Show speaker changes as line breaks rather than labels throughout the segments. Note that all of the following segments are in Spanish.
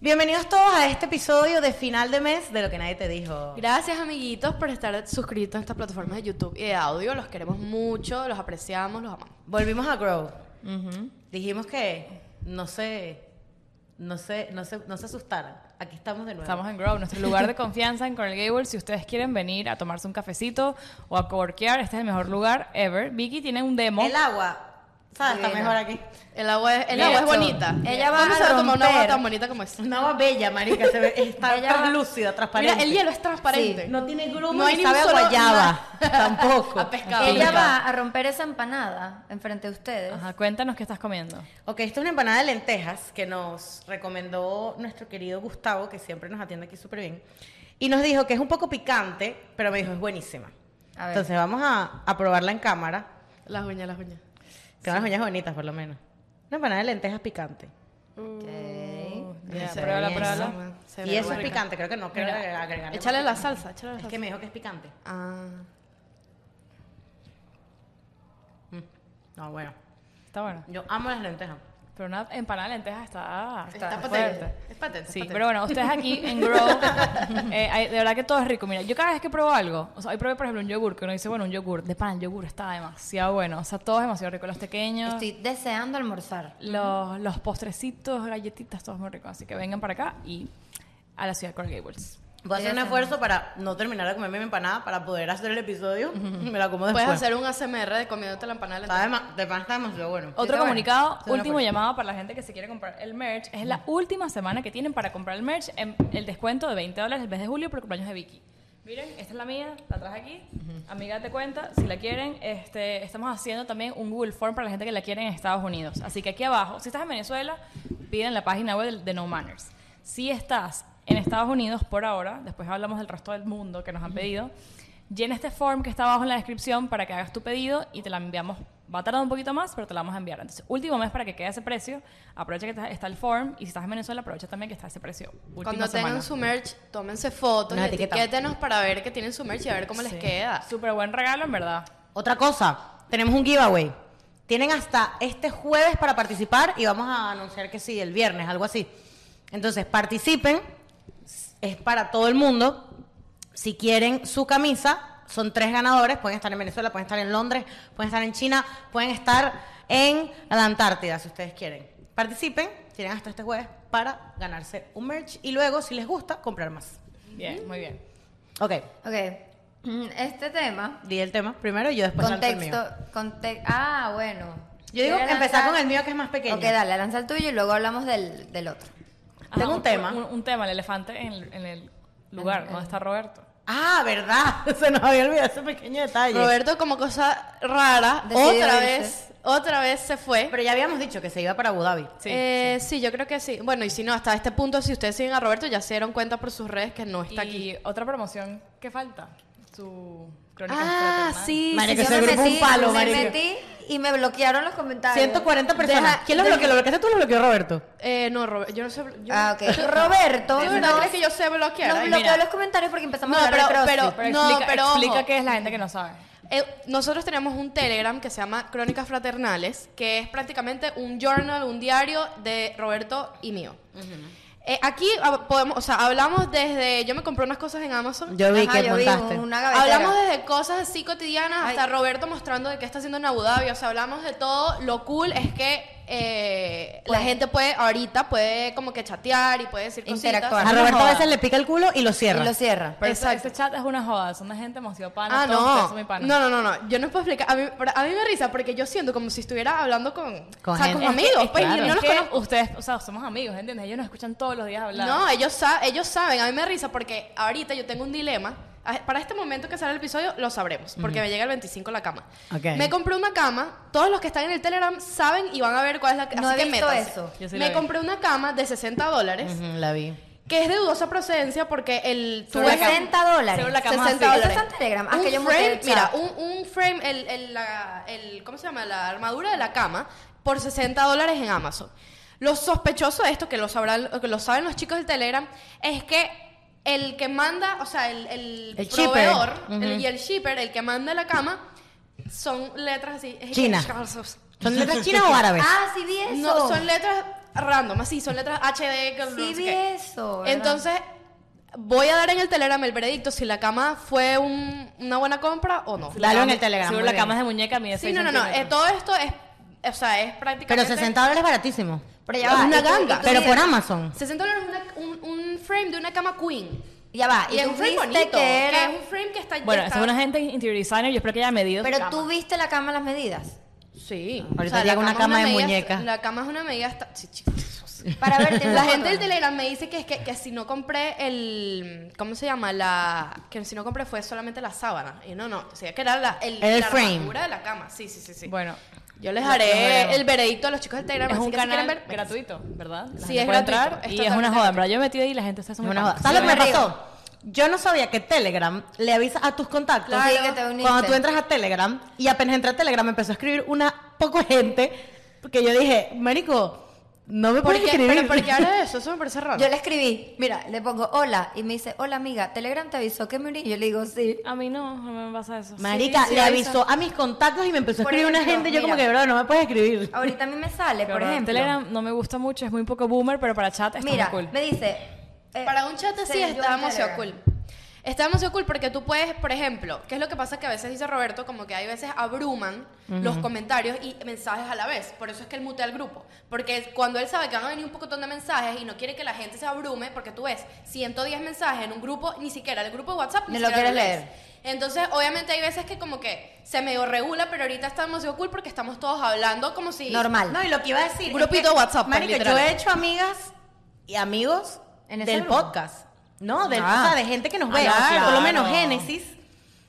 Bienvenidos todos a este episodio de final de mes de lo que nadie te dijo.
Gracias amiguitos por estar suscritos a estas plataformas de YouTube y de audio. Los queremos mucho, los apreciamos, los amamos.
Volvimos a Grow. Dijimos que no se, no se, no se, no se asustaran. Aquí estamos de nuevo.
Estamos en Grove, nuestro lugar de confianza en Coral Gables. Si ustedes quieren venir a tomarse un cafecito o a coworkear, este es el mejor lugar ever. Vicky tiene un demo.
El agua, ¿sabes? Está
Bueno.
mejor aquí.
El agua es, el
Mira
agua es
esto.
bonita.
Ella va
¿Dónde
a
se tomar una agua
romper.
tan bonita como esa?
Una agua bella, marica. Se ve, está
Ella va-
lúcida, transparente.
Mira, el hielo es transparente.
Sí, No tiene grumo
No hay
ni
ni un
sabe a
solo-
guayaba. Tampoco.
A pescado.
Ella va a romper esa empanada enfrente de ustedes.
Ajá, cuéntanos qué estás comiendo.
Ok, esto es una empanada de lentejas que nos recomendó nuestro querido Gustavo, que siempre nos atiende aquí súper bien. Y nos dijo que es un poco picante, pero me dijo es buenísima.
A ver.
Entonces vamos a, a probarla en cámara.
Las uñas, las uñas.
Tiene unas uñas bonitas, por lo menos. Una empanada de lentejas picante.
Ok.
Ya,
se ve
pruébala,
bien,
pruébala.
se ve- se
y
ve
eso
rica.
es picante, creo que no quiero
Mira,
agregar- agregarle
Échale
más
la
picante.
salsa, échale la
Es
salsa.
que me dijo que es picante.
Ah.
No, bueno.
Está bueno.
Yo amo las lentejas.
Pero una empanada de lentejas está,
Está
fuerte.
potente. Es potente.
Sí,
es potente.
pero bueno, ustedes aquí en Grow, eh, hay- de verdad que todo es rico. Mira, yo cada vez que pruebo algo, o sea, hoy probé, por ejemplo, un yogur, que uno dice, bueno, un yogur, de pan, el yogur está demasiado bueno. O sea, todo es demasiado rico. Los pequeños,
Estoy deseando almorzar.
los, los postrecitos, galletitas, todo es muy rico. Así que vengan para acá y a la ciudad de Coral Gables.
Voy a hacer un esfuerzo para no terminar de comerme mi empanada, para poder hacer el episodio. Me la como después.
Puedes hacer un ASMR de comiéndote la empanada. de
Está de, ma- de pan está demasiado bueno.
Otro
está
comunicado,
bueno. Suena
último
fuerte.
llamado para la gente que se quiere comprar el merch. Es la última semana que tienen para comprar el merch. en- el descuento de 20 dólares el mes de julio por cumpleaños de Vicky. Miren, esta es la mía, la traje aquí. Amiga, date cuenta, si la quieren, este, estamos haciendo también un Google Form para la gente que la quiere en Estados Unidos. Así que aquí abajo, si estás en Venezuela, piden la página web de- de No Manners. Si estás en Estados Unidos por ahora, después hablamos del resto del mundo que nos han pedido, llena este form que está abajo en la descripción para que hagas tu pedido y te la enviamos. Va a tardar un poquito más, pero te la vamos a enviar. Entonces, último mes para que quede ese precio. Aprovecha que está- está el form y si estás en Venezuela, aprovecha también que está ese precio. Última
Cuando tengan
semana.
su merch, tómense fotos y
Nos etiquetamos.
etiquétenos para ver que tienen su merch y a ver cómo les
Sí.
queda.
Súper buen regalo, en verdad.
Otra cosa, tenemos un giveaway. Tienen hasta este jueves para participar y vamos a anunciar que sí, el viernes, algo así. Entonces, participen, es para todo el mundo. Si quieren su camisa, son tres ganadores, pueden estar en Venezuela, pueden estar en Londres, pueden estar en China, pueden estar en la Antártida, si ustedes quieren. Participen, tienen hasta este jueves para ganarse un merch y luego, si les gusta, comprar más.
Bien, muy bien.
Ok,
Ok. Mm, Este tema.
di el tema primero y yo después lanzo el mío.
Contexto. conte- ah, bueno.
Yo digo
¿Quieres
empezar
lanzar?
con el mío que es más pequeño.
Ok, dale, lanza el tuyo y luego hablamos del, del otro.
Tengo un tema.
Un, un tema, el elefante en, el- en el lugar donde está Roberto.
Ah, ¿verdad? Se nos había olvidado ese pequeño detalle.
Roberto, como cosa rara,
Decidió
otra
irse.
vez, otra vez se fue.
Pero ya habíamos dicho que se iba para Abu Dhabi.
Sí,
Eh, sí, yo creo que sí. Bueno, y si no, hasta este punto, si ustedes siguen a Roberto, ya se dieron cuenta por sus redes que no está
y
aquí.
otra promoción que falta. Su crónica
Ah,
fraternal.
sí.
Marica,
Yo
ese
me
grupo
metí,
un palo,
me
marica.
metí y me bloquearon los comentarios.
140 personas.
Deja-
¿Quién lo
deja-
bloqueó? ¿Lo bloqueaste tú o lo bloqueó Roberto?
Eh, no, Roberto, yo no sé. yo-
Ah, ok. Roberto.
¿De verdad
nos-
crees que yo sé bloquear?
Nos
Ay,
bloqueó
mira.
los comentarios porque empezamos
No,
a hablar
pero-
de
pero-
CrossFit.
Pero
No,
explica,
pero ojo.
explica qué es la gente que no sabe.
Eh, nosotros tenemos un Telegram que se llama Crónicas Fraternales, que es prácticamente un journal, un diario de Roberto y mío. Eh, aquí ah, podemos, o sea, hablamos desde, yo me compré unas cosas en Amazon.
Yo vi
Ajá,
que
yo vi
montaste.
una gavetera.
Hablamos desde cosas así cotidianas hasta
Ay.
Roberto mostrando de qué está haciendo en Abu Dhabi. O sea, hablamos de todo. Lo cool es que eh, la
Puede.
gente puede, ahorita puede como que chatear y puede decir cositas.
Interactuar.
A
no
Roberto a
joda.
veces le pica el culo y lo
Y
cierra.
lo cierra.
Pero ese,
Exacto.
ese chat es una joda, son de gente demasiado pana.
Ah,
todos ustedes
no.
son mi pana.
No, no, no, no. Yo no puedo explicar. A mí, pero a mí me risa porque yo siento como si estuviera hablando con,
Con
o sea, con
gente.
amigos.
Es
pues,
que-
y no
es
los
que
conozco.
Ustedes, o sea, somos amigos, ¿entiendes? Ellos nos escuchan todos los días hablar.
No, ellos, sa- ellos saben. A mí me risa porque ahorita yo tengo un dilema. A- Para este momento que sale el episodio, lo sabremos. Porque me llega el 25 la cama.
Ok.
Me compré una cama. Todos los que están en el Telegram saben y van a ver cuál es la
No
así
he
que
visto
métanse.
eso.
Yo sí la
me
vi.
compré una cama de 60 dólares.
Ujú, la vi.
Que es de dudosa procedencia porque el...
Sobre la cama- 60 dólares.
Sobre la cama
60
así.
dólares. Eso está en Telegram. Ah,
un
que yo monté
frame,
el chat.
mira, un, un frame, el, el- la, el- ¿cómo se llama? La armadura de la cama por 60 dólares en Amazon. Lo sospechoso de esto, que lo, sabrán, que lo saben los chicos del Telegram, es que el que manda, o sea, el, el,
El shipper.
proveedor
Ujú.
el- y el shipper, el que manda la cama, son letras así. Es que-
China. ¿Son
Pues,
letras chinas o árabes?
Ah, sí vi eso.
No, son letras random, así, son letras HD. que no
Sí
sé
vi
qué.
eso. ¿verdad?
Entonces, voy a dar en el Telegram el veredicto si la cama fue un- una buena compra o no.
Dalo en el Telegram.
Seguro
muy
la
bien.
cama es de muñeca, mide
Sí,
seis
no, no, no. eh,
centímetros.
todo esto es, o sea, es prácticamente...
Pero 60 dólares es baratísimo.
Pero ya va.
este
una
y tú- y
ganga.
tú
Pero
dices-
por Amazon.
60 dólares es una- un, un frame de una cama queen.
Ya va.
Y es un frame
Ah, viste
bonito.
que era-
es un frame que está...
Bueno,
está-
esa es una gente interior designer, yo espero que haya medido.
Pero
su
tú
cama.
viste la cama a las medidas.
Sí.
Ahorita
la
llega una
es
cama de
medida-
muñeca.
La cama es una medida... esta- sí, sí.
Para verte.
La gente del Telegram me dice que, es que, que si no compré el... ¿Cómo se llama? La... Que si no compré fue solamente la sábana. Y no, no. O sea, que era la, el,
El
la
frame.
armadura de la cama. Sí, sí, sí, sí.
Bueno,
Yo les
Lo- lo veremos.
haré el veredicto a los chicos del Telegram.
es
así
un
que si quieren
canal
ver, métanse.
gratuito, ¿verdad? La
Sí,
gente
es
puede
gratuito,
entrar
es
y es una
totalmente
joda, en verdad. Yo me metí ahí y la gente está
Es
haciendo
una joda. ¿Sabes lo que me pasó? Yo no sabía que Telegram le avisa a tus contactos.
Claro. Sí, que te uniste.
Cuando tú entras a Telegram y apenas entré a Telegram me empezó a escribir una poco gente que yo dije, Marico, no me
¿Por
puedes
qué?
escribir.
¿Pero por qué ahora eso? Eso me parece raro.
Yo le escribí, mira, le pongo hola y me dice, hola amiga, Telegram te avisó que me uní. Y yo le digo, sí.
A mí no, no me pasa eso.
Marica,
Sí, sí,
le
avisa.
avisó a mis contactos y me empezó a
Por
escribir una
ejemplo,
gente. Yo como
mira.
que, bro, no me puedes escribir.
Ahorita a mí me sale,
Qué
por
horror.
ejemplo.
Telegram no me gusta mucho, es muy poco boomer, pero para chat está
mira,
muy cool.
me dice. eh,
Para un chat así
se
está
enjoy
demasiado cool.
Telegram.
Está demasiado cool porque tú puedes, por ejemplo, ¿qué es lo que pasa que a veces dice Roberto? Como que hay veces abruman los comentarios y mensajes a la vez. Por eso es que él mutea al grupo. Porque cuando él sabe que van a venir un pocotón de mensajes y no quiere que la gente se abrume, porque tú ves 110 mensajes en un grupo, ni siquiera el grupo de WhatsApp, ni
Ni lo
siquiera
quieres
lees.
leer.
Entonces, obviamente hay veces que como que se medio regula, pero ahorita está demasiado cool porque estamos todos hablando como si...
Normal.
No, y lo que iba a decir.
Grupito
es que,
WhatsApp,
Marico,
literal.
yo he hecho amigas y amigos
¿En ese
del
grupo?
podcast. No, del-
Ah.
o sea, de gente que nos
Ah,
ve.
no,
Por lo
claro.
menos Génesis.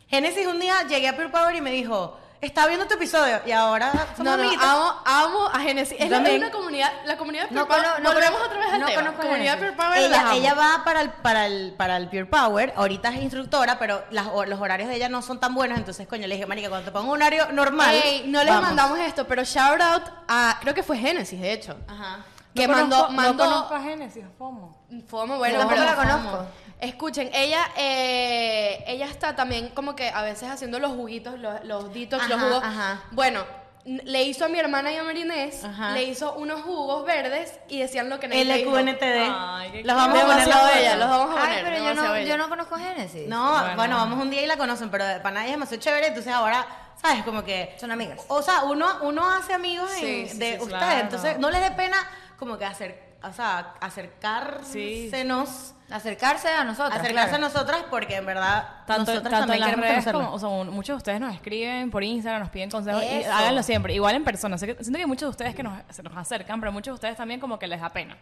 Génesis un día llegué a Pure Power y me dijo, estaba viendo tu episodio y ahora somos
No, ah, no,
amiguitas.
amo, amo a Genesis. Es la
También.
una comunidad, la comunidad de
No
Pure Power.
cono- no
Volvemos
conozco-
otra vez al
no
tema.
conozco a
comunidad de
Genesis.
Pure Power las
ella,
amo.
ella va para el, para, el, para el Pure Power, ahorita es instructora, pero las hor- los horarios de ella no son tan buenos, entonces, coño, le dije, marica, cuando te pongo un horario normal,
Ey, no les
vamos".
mandamos esto, pero shout out a, creo que fue Genesis, de hecho.
Ajá.
Que
No
mandó,
conozco-
mandó,
No conozco a Genesis, FOMO.
fue muy bueno,
Yo
pero
tampoco la conozco.
Escuchen, ella, eh, ella está también como que a veces haciendo los juguitos, los, los detox, los
Ajá,
jugos.
ajá.
Bueno, n- le hizo a mi hermana y a Marinés,
Ajá.
le hizo unos jugos verdes y decían lo que le dijo.
LQNTD.
Ay, qué
los vamos a poner
Demasiado
la
bella, los vamos a poner.
Ay, pero yo
demasiado
no,
bella.
yo no conozco a Génesis.
No, bueno. vamos un día y la conocen, pero para nadie es demasiado chévere, entonces ahora, ¿sabes? Como que...
Son amigas.
O sea, uno, uno hace amigos en-
Sí, sí,
de
sí,
ustedes,
claro.
entonces no les dé pena como que hacer, o sea, acercársenos,
Acercarse a nosotros.
acercarse a nosotras, porque en verdad
Tanto,
nosotras
tanto
también
en las
queremos
redes
conocernos.
como, o sea, un- muchos de ustedes nos escriben por Instagram, nos piden consejos y
Eso.
háganlo siempre, igual en persona. Sé que- siento que muchos de ustedes que nos, se nos acercan, pero muchos de ustedes también como que les da pena.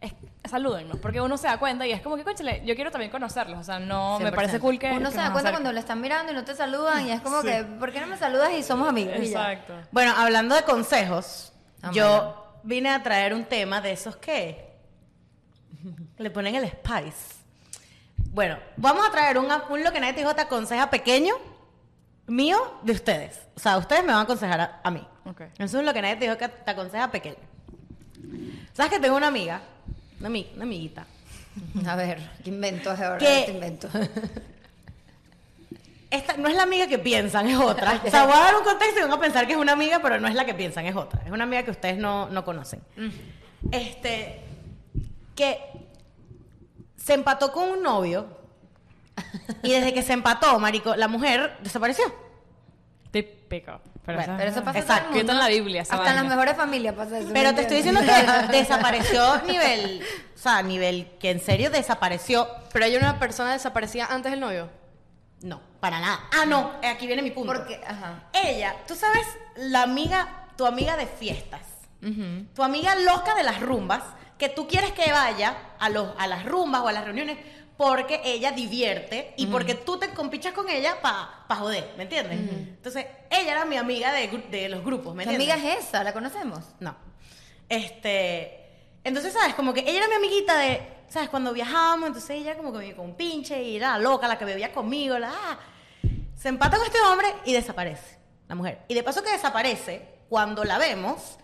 Es, salúdennos, porque uno se da cuenta y es como que, cónchale, yo quiero también conocerlos, o sea, no me
100%.
parece cool que...
Uno
que
se da
nos
cuenta
acerquen.
cuando le están mirando y no te saludan y es como que, ¿por qué no me saludas y somos amigos? Y ya.
Exacto.
Bueno, hablando de consejos,
Ah,
yo vine a traer un tema de esos que le ponen el spice. Bueno, vamos a traer un, un lo que nadie te dijo te aconseja pequeño mío de ustedes. O sea, ustedes me van a aconsejar a, a mí.
Ok.
Eso es lo que nadie te dijo que te aconseja pequeño. ¿Sabes que tengo una amiga? Una, ami- una amiguita.
A ver, ¿qué invento es ahora?
¿Qué?
¿Qué invento?
Esta no es la amiga que piensan, es otra. O sea, voy a dar un contexto y van a pensar que es una amiga, pero no es la que piensan, es otra. Es una amiga que ustedes no, no conocen. Este, que se empató con un novio y desde que se empató, marico, la mujer desapareció.
Típico. Pero,
Bueno,
Pero eso pasa en todo el
Exacto.
mundo.
Escrito en la Biblia, esa
Hasta en las
vaina.
mejores familias pasa eso.
Pero
¿me
te estoy diciendo
entiendes?
que desapareció nivel, o sea, nivel que en serio desapareció.
Pero hay una persona desaparecida antes del novio.
No, para nada. Ah, no, aquí viene mi punto.
Porque, ajá.
Ella, tú sabes, la amiga, tu amiga de fiestas, tu amiga loca de las rumbas, que tú quieres que vaya a, los, a las rumbas o a las reuniones porque ella divierte y porque tú te compichas con ella para pa joder, ¿me entiendes? Entonces, ella era mi amiga de, gru- de los grupos, ¿me
¿Qué
entiendes?
amiga es esa? ¿La conocemos?
No. Este. Entonces, ¿sabes? Como que ella era mi amiguita de. ¿Sabes? Cuando viajábamos, entonces ella como que me con un pinche y era la loca, la que bebía conmigo, la. ah. Se empata con este hombre y desaparece, la mujer. Y de paso que desaparece, cuando la vemos,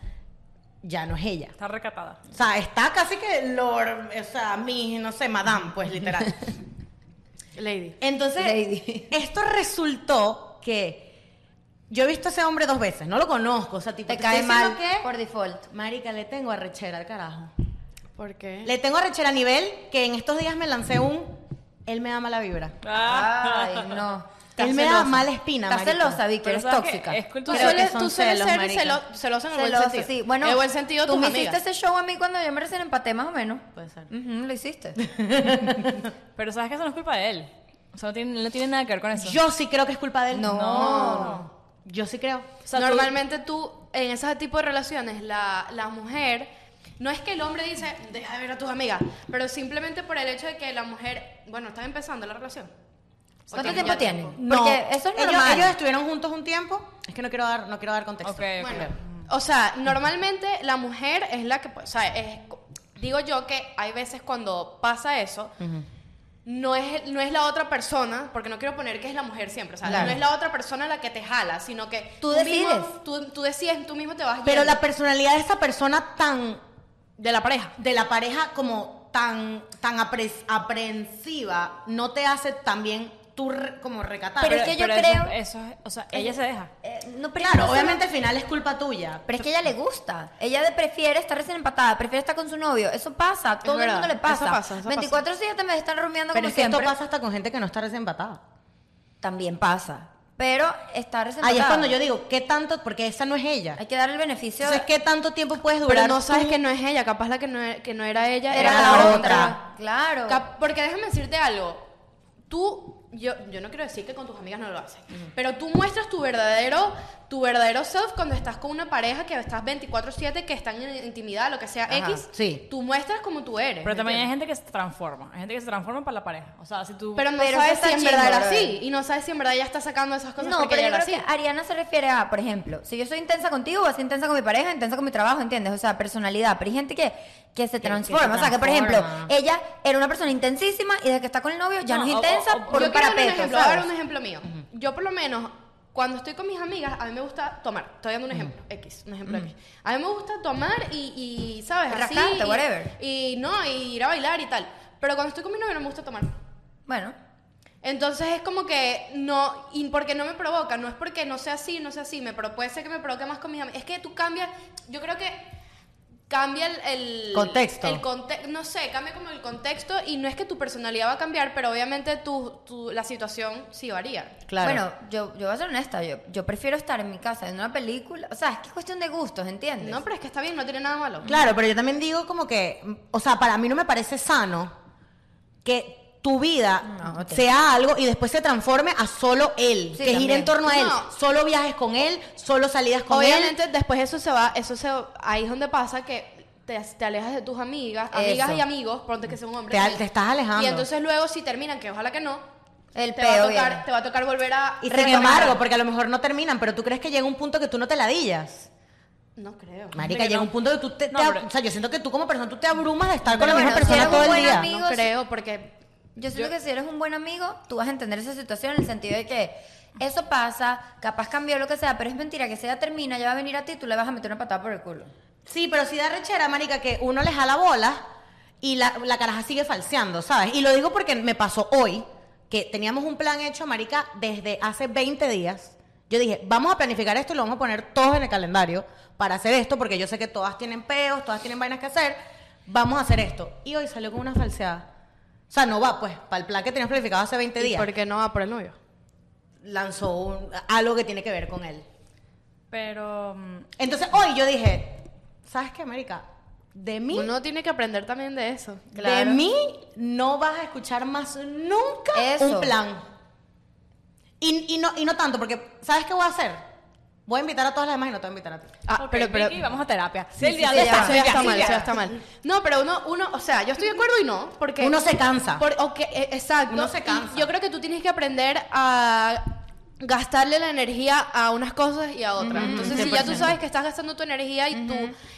ya no es ella.
Está recatada.
O sea, está casi que Lord, o sea, mi, no sé, madame, pues literal.
Lady.
Entonces,
Lady.
esto resultó que yo he visto a ese hombre dos veces, no lo conozco, o sea, tipo,
Te
estoy
cae
diciendo
mal
que-
por default.
Marica, le tengo arrechera al carajo.
¿Por qué?
Le tengo arrechera a nivel que en estos días me lancé un. Él me da mala vibra.
Ay, no.
Ah. Él me da mala espina,
Está
marico.
celosa, Vicky,
Pero
eres
¿sabes qué?
tóxica.
Es
Tú
cultura.
Creo que
sueles,
son
tú sueles
celos,
ser
marica.
celo- celosa en el
Celosa,
buen sentido.
sí. Bueno,
en el buen sentido,
tú
tus
me
amigas.
hiciste ese show a mí cuando yo me recién empaté, más o menos.
Puede ser.
Ujú, lo hiciste.
Pero sabes que eso no es culpa de él. O sea, no tiene, no tiene nada que ver con eso.
Yo sí creo que es culpa de él.
No.
Yo sí creo.
O sea, Normalmente tú, en ese tipo de relaciones, la, la mujer, no es que el hombre dice, deja de ver a tus amigas, pero simplemente por el hecho de que la mujer, bueno, están empezando la relación. ¿O
¿Cuánto
tienen
tiempo
ya
tienen?
No.
Porque eso es
Ellos-
normal.
Ellos, estuvieron juntos un tiempo. Es que no quiero dar, no quiero dar contexto.
Ok, ok.
Bueno, o sea, normalmente la mujer es la que, pues, o sea, es- digo yo que hay veces cuando pasa eso, no, es, no es la otra persona, porque no quiero poner que es la mujer siempre, o sea,
Claro.
no es la otra persona la que te jala, sino que
Tú
mismo-
decides.
tú, tú decides, tú mismo te vas
Pero
yendo.
la personalidad de esa persona tan.
de la pareja.
de la pareja como tan, tan apres- aprensiva no te hace también tú re- como recatar.
Pero es que yo
eso-
creo-
Eso, es- o sea, ella se deja.
Eh, no, pero es que
claro,
no
obviamente al
solo-
final es culpa tuya.
Pero es que a ella le gusta. Ella de- prefiere estar recién empatada, prefiere estar con su novio. Eso pasa, a todo el
verdad,
mundo le pasa.
eso pasa, eso
24 horas te me están rumiando
Pero
como
es que
siempre.
esto pasa hasta con gente que no está recién empatada.
También pasa. Pero estar recién
Ahí es
empatada,
cuando yo digo, ¿qué tanto? Porque esa no es ella.
Hay que darle el beneficio.
Entonces, ¿qué tanto tiempo puedes durar?
Pero no sabes
tú?
que no es ella, capaz la que no, e- que no era ella
Era
la otra.
Claro.
Cap- Porque déjame decirte algo. Tú, yo, yo no quiero decir que con tus amigas no lo haces, pero tú muestras tu verdadero, tu verdadero self cuando estás con una pareja que estás 24-7, que están en intimidad, lo que sea,
Ajá,
X.
sí.
Tú muestras como tú eres.
Pero
¿me
también hay
entiendes?
gente que se transforma. Hay gente que se transforma para la pareja. O sea, si tú.
Pero no
Pero eso
sabes
está
si en
chingo,
verdad era
brother.
así. Y no sabes si en verdad ella está sacando esas cosas
No,
porque
pero yo
ella
creo
era
que
así.
Ariana se refiere a, por ejemplo, si yo soy intensa contigo, voy a ser intensa con mi pareja, intensa con mi trabajo, ¿entiendes? O sea, personalidad. Pero hay gente que, que se transforma. o sea, que por ejemplo,
transforma.
ella era una persona intensísima y desde que está con el novio ya no,
No,
es
o- o-
intensa
o-
por
yo
un
quiero dar
parapeto.
un ejemplo, voy a
¿sabes?
dar un ejemplo mío. Yo por lo menos, cuando estoy con mis amigas, a mí me gusta tomar. Estoy dando un ejemplo, X, un ejemplo X. A mí me gusta tomar y, y, ¿sabes? Así,
Rascarte,
y-
whatever.
Y no, y ir a bailar y tal. Pero cuando estoy con mi novio no me gusta tomar.
Bueno,
Entonces es como que no, y porque no me provoca, no es porque no sea así, no sea así, me pro- puede ser que me provoque más con mis amigas. Es que tú cambias, yo creo que cambia el, el-
Contexto.
el conte- no sé, cambia como el contexto y no es que tu personalidad va a cambiar, pero obviamente tu, tu- la situación sí varía.
Claro.
bueno, yo, yo voy a ser honesta, yo, yo prefiero estar en mi casa viendo una película. O sea, es que es cuestión de gustos, ¿entiendes?
No, pero es que está bien, no tiene nada malo.
Claro, pero yo también digo como que, o sea, para mí no me parece sano que tu vida
No, ok.
sea algo y después se transforme a solo él,
Sí,
que gire
también.
en torno a él,
No.
solo viajes con él, solo salidas con
Obviamente después eso se va, eso se ahí es donde pasa que te, te alejas de tus amigas, amigas
Eso.
y amigos, ponte que sea un hombre.
Te al-
también.
te estás alejando.
Y entonces luego si terminan, que ojalá que no,
El
te va, a
peo
tocar,
viene.
te va a tocar volver a...
él. Y sin
retomar.
embargo, porque a lo mejor no terminan, pero tú crees que llega un punto que tú no te ladillas.
No creo.
Marica,
que
llega
no.
un punto que tú te,
No,
te ab-
pero-
o sea, yo siento que tú como persona tú te abrumas de estar con la
Pero
misma
bueno,
persona
si eres un
todo el
buen
día.
amigo,
No creo, porque...
Yo siento que si eres un buen amigo, tú vas a entender esa situación en el sentido de que eso pasa, capaz cambió lo que sea, pero es mentira que si ella termina, ya va a venir a ti y tú le vas a meter una patada por el culo.
Sí, pero sí da rechera, marica, que uno le jala bola y la, la caraja sigue falseando, ¿sabes? Y lo digo porque me pasó hoy, que teníamos un plan hecho, marica, desde hace 20 días. Yo dije, vamos a planificar esto y lo vamos a poner todos en el calendario para hacer esto, porque yo sé que todas tienen peos, todas tienen vainas que hacer, vamos a hacer esto. Y hoy salió con una falseada. O sea, no va, pues, para el plan que teníamos planificado hace 20 días.
porque no va por el novio.
Lanzó un- algo que tiene que ver con él.
Pero. mm,
Entonces, hoy yo dije, ¿sabes qué, marica? De mí...
Uno tiene que aprender también de eso.
De
Claro.
mí no vas a escuchar más nunca
Eso.
un plan. Y, y no, y no tanto, porque ¿sabes qué voy a hacer? Voy a invitar a todas las demás y no te voy a invitar a ti.
Ah,
ok,
pero, pero...
Vicky, vamos a terapia.
sí,
Silvia, ¿dónde
sí, ya
estás?
va.
Eso ya
Silvia,
está mal,
Silvia.
eso ya está mal. No, pero uno, uno, o sea, yo estoy de acuerdo y no, porque...
Uno se cansa.
Por- ok, eh, exacto.
Uno se
Y
cansa.
Yo creo que tú tienes que aprender a gastarle la energía a unas cosas y a otras. Entonces, si ya tú sabes que estás gastando tu energía y, tu,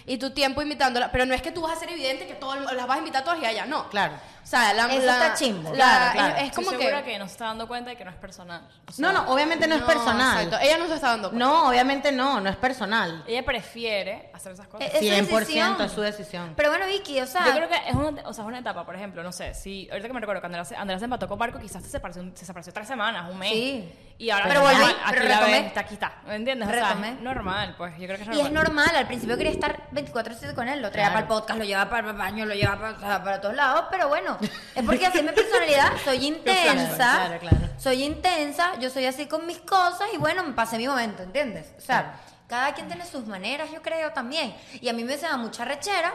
y tu tiempo invitándola, pero no es que tú vas a ser evidente que todo, el- las vas a invitar a todas y allá, no.
Claro.
O sea, la...
Eso
la-
está chimbo.
la-
Claro, claro.
Es, es como
Estoy segura
que...
que... no se está dando cuenta de que no es personal. O sea,
No, no, obviamente no, es personal.
exacto. Ella no se está dando cuenta.
No, obviamente no, no es personal.
Ella prefiere hacer esas cosas.
Eh, Es su
100%
decisión.
es su decisión.
Pero bueno, Vicky, o sea,
Yo creo que es una, o sea, es una etapa, por ejemplo, no sé, si ahorita que me recuerdo que Andrés, se- Andrés se empató con Marco, quizás se separó, un- se separó tres semanas, un mes.
Sí.
Y ahora
Pero
ya,
volví,
aquí
pero
la
retomé.
ves, está aquí está, ¿me entiendes? O sea,
Retomé.
es normal, pues yo creo que es
Y
normal.
es normal, al principio quería estar 24-7 con él, lo traía
Claro.
para el podcast, lo llevaba para el baño, lo llevaba para, o sea, para todos lados, pero bueno, es porque así es mi personalidad, soy intensa,
Claro, claro, claro.
soy intensa, yo soy así con mis cosas y bueno, me pasé mi momento, ¿entiendes? O sea, cada quien tiene sus maneras, yo creo también, y a mí me se da mucha rechera,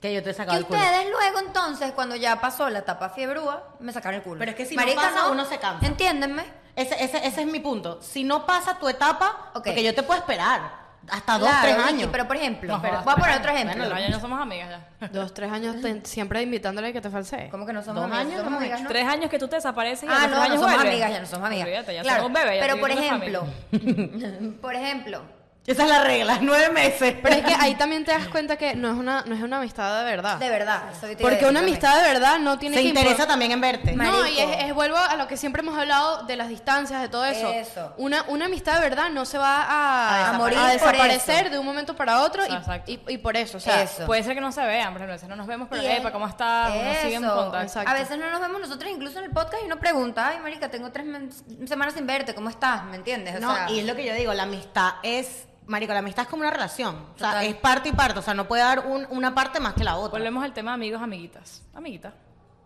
Que yo te he
que
sacado el culo.
ustedes luego entonces, cuando ya pasó la etapa fiebrúa, me sacaron el culo.
Pero es que si no pasa, uno se cansa.
Entiéndenme.
Ese, ese, ese es mi punto. Si no pasa tu etapa,
Ok.
porque yo te puedo esperar hasta dos,
Claro,
tres
Vicky,
años.
pero por ejemplo,
No
pero
jodas,
voy a
tres
poner otro
años.
ejemplo.
Bueno, los años no somos amigas ya.
Dos, tres años te- siempre invitándole a que te falsee.
¿Cómo que no somos
Dos
amigas?
años,
Somos
no me-
amigas, ¿no?
Tres años que tú te desapareces y a
Ah,
los
no,
tres
no
años
somos
vuelves.
amigas, ya no somos amigas.
Olvídate, ya
Claro,
somos bebés, ya
pero por
tuvimos
ejemplo,
familia.
por ejemplo,
Esa es la regla, nueve meses.
Pero es que ahí también te das cuenta que no es una, no es una amistad de verdad.
de verdad, eso te iba a
Porque
decir
una
también.
amistad de verdad no tiene
se
que impor-
interesa también en verte.
Ma-
No,
Marico.
y es, es- vuelvo a lo que siempre hemos hablado de las distancias, de todo eso.
Eso.
Una, una amistad de verdad no se va a,
A morir por
desaparecer
eso.
de un momento para otro
Ah, exacto.
y, y, y por eso. O sea,
Eso.
Puede ser que no se vean, por ejemplo, a veces no nos vemos, pero
Y es-
epa, ¿cómo estás? Uno sigue en
eso.
contacto.
Exacto.
A veces no nos vemos nosotros incluso en el podcast y uno pregunta, ay, marica, tengo tres men- semanas sin verte, ¿cómo estás? ¿Me entiendes? O
No,
sea,
y es lo que yo digo, la amistad es, marico, la amistad es como una relación. O sea,
Total.
es parte y parte. O sea, no puede dar un- una parte más que la otra.
Volvemos al tema amigos, amiguitas. Amiguita.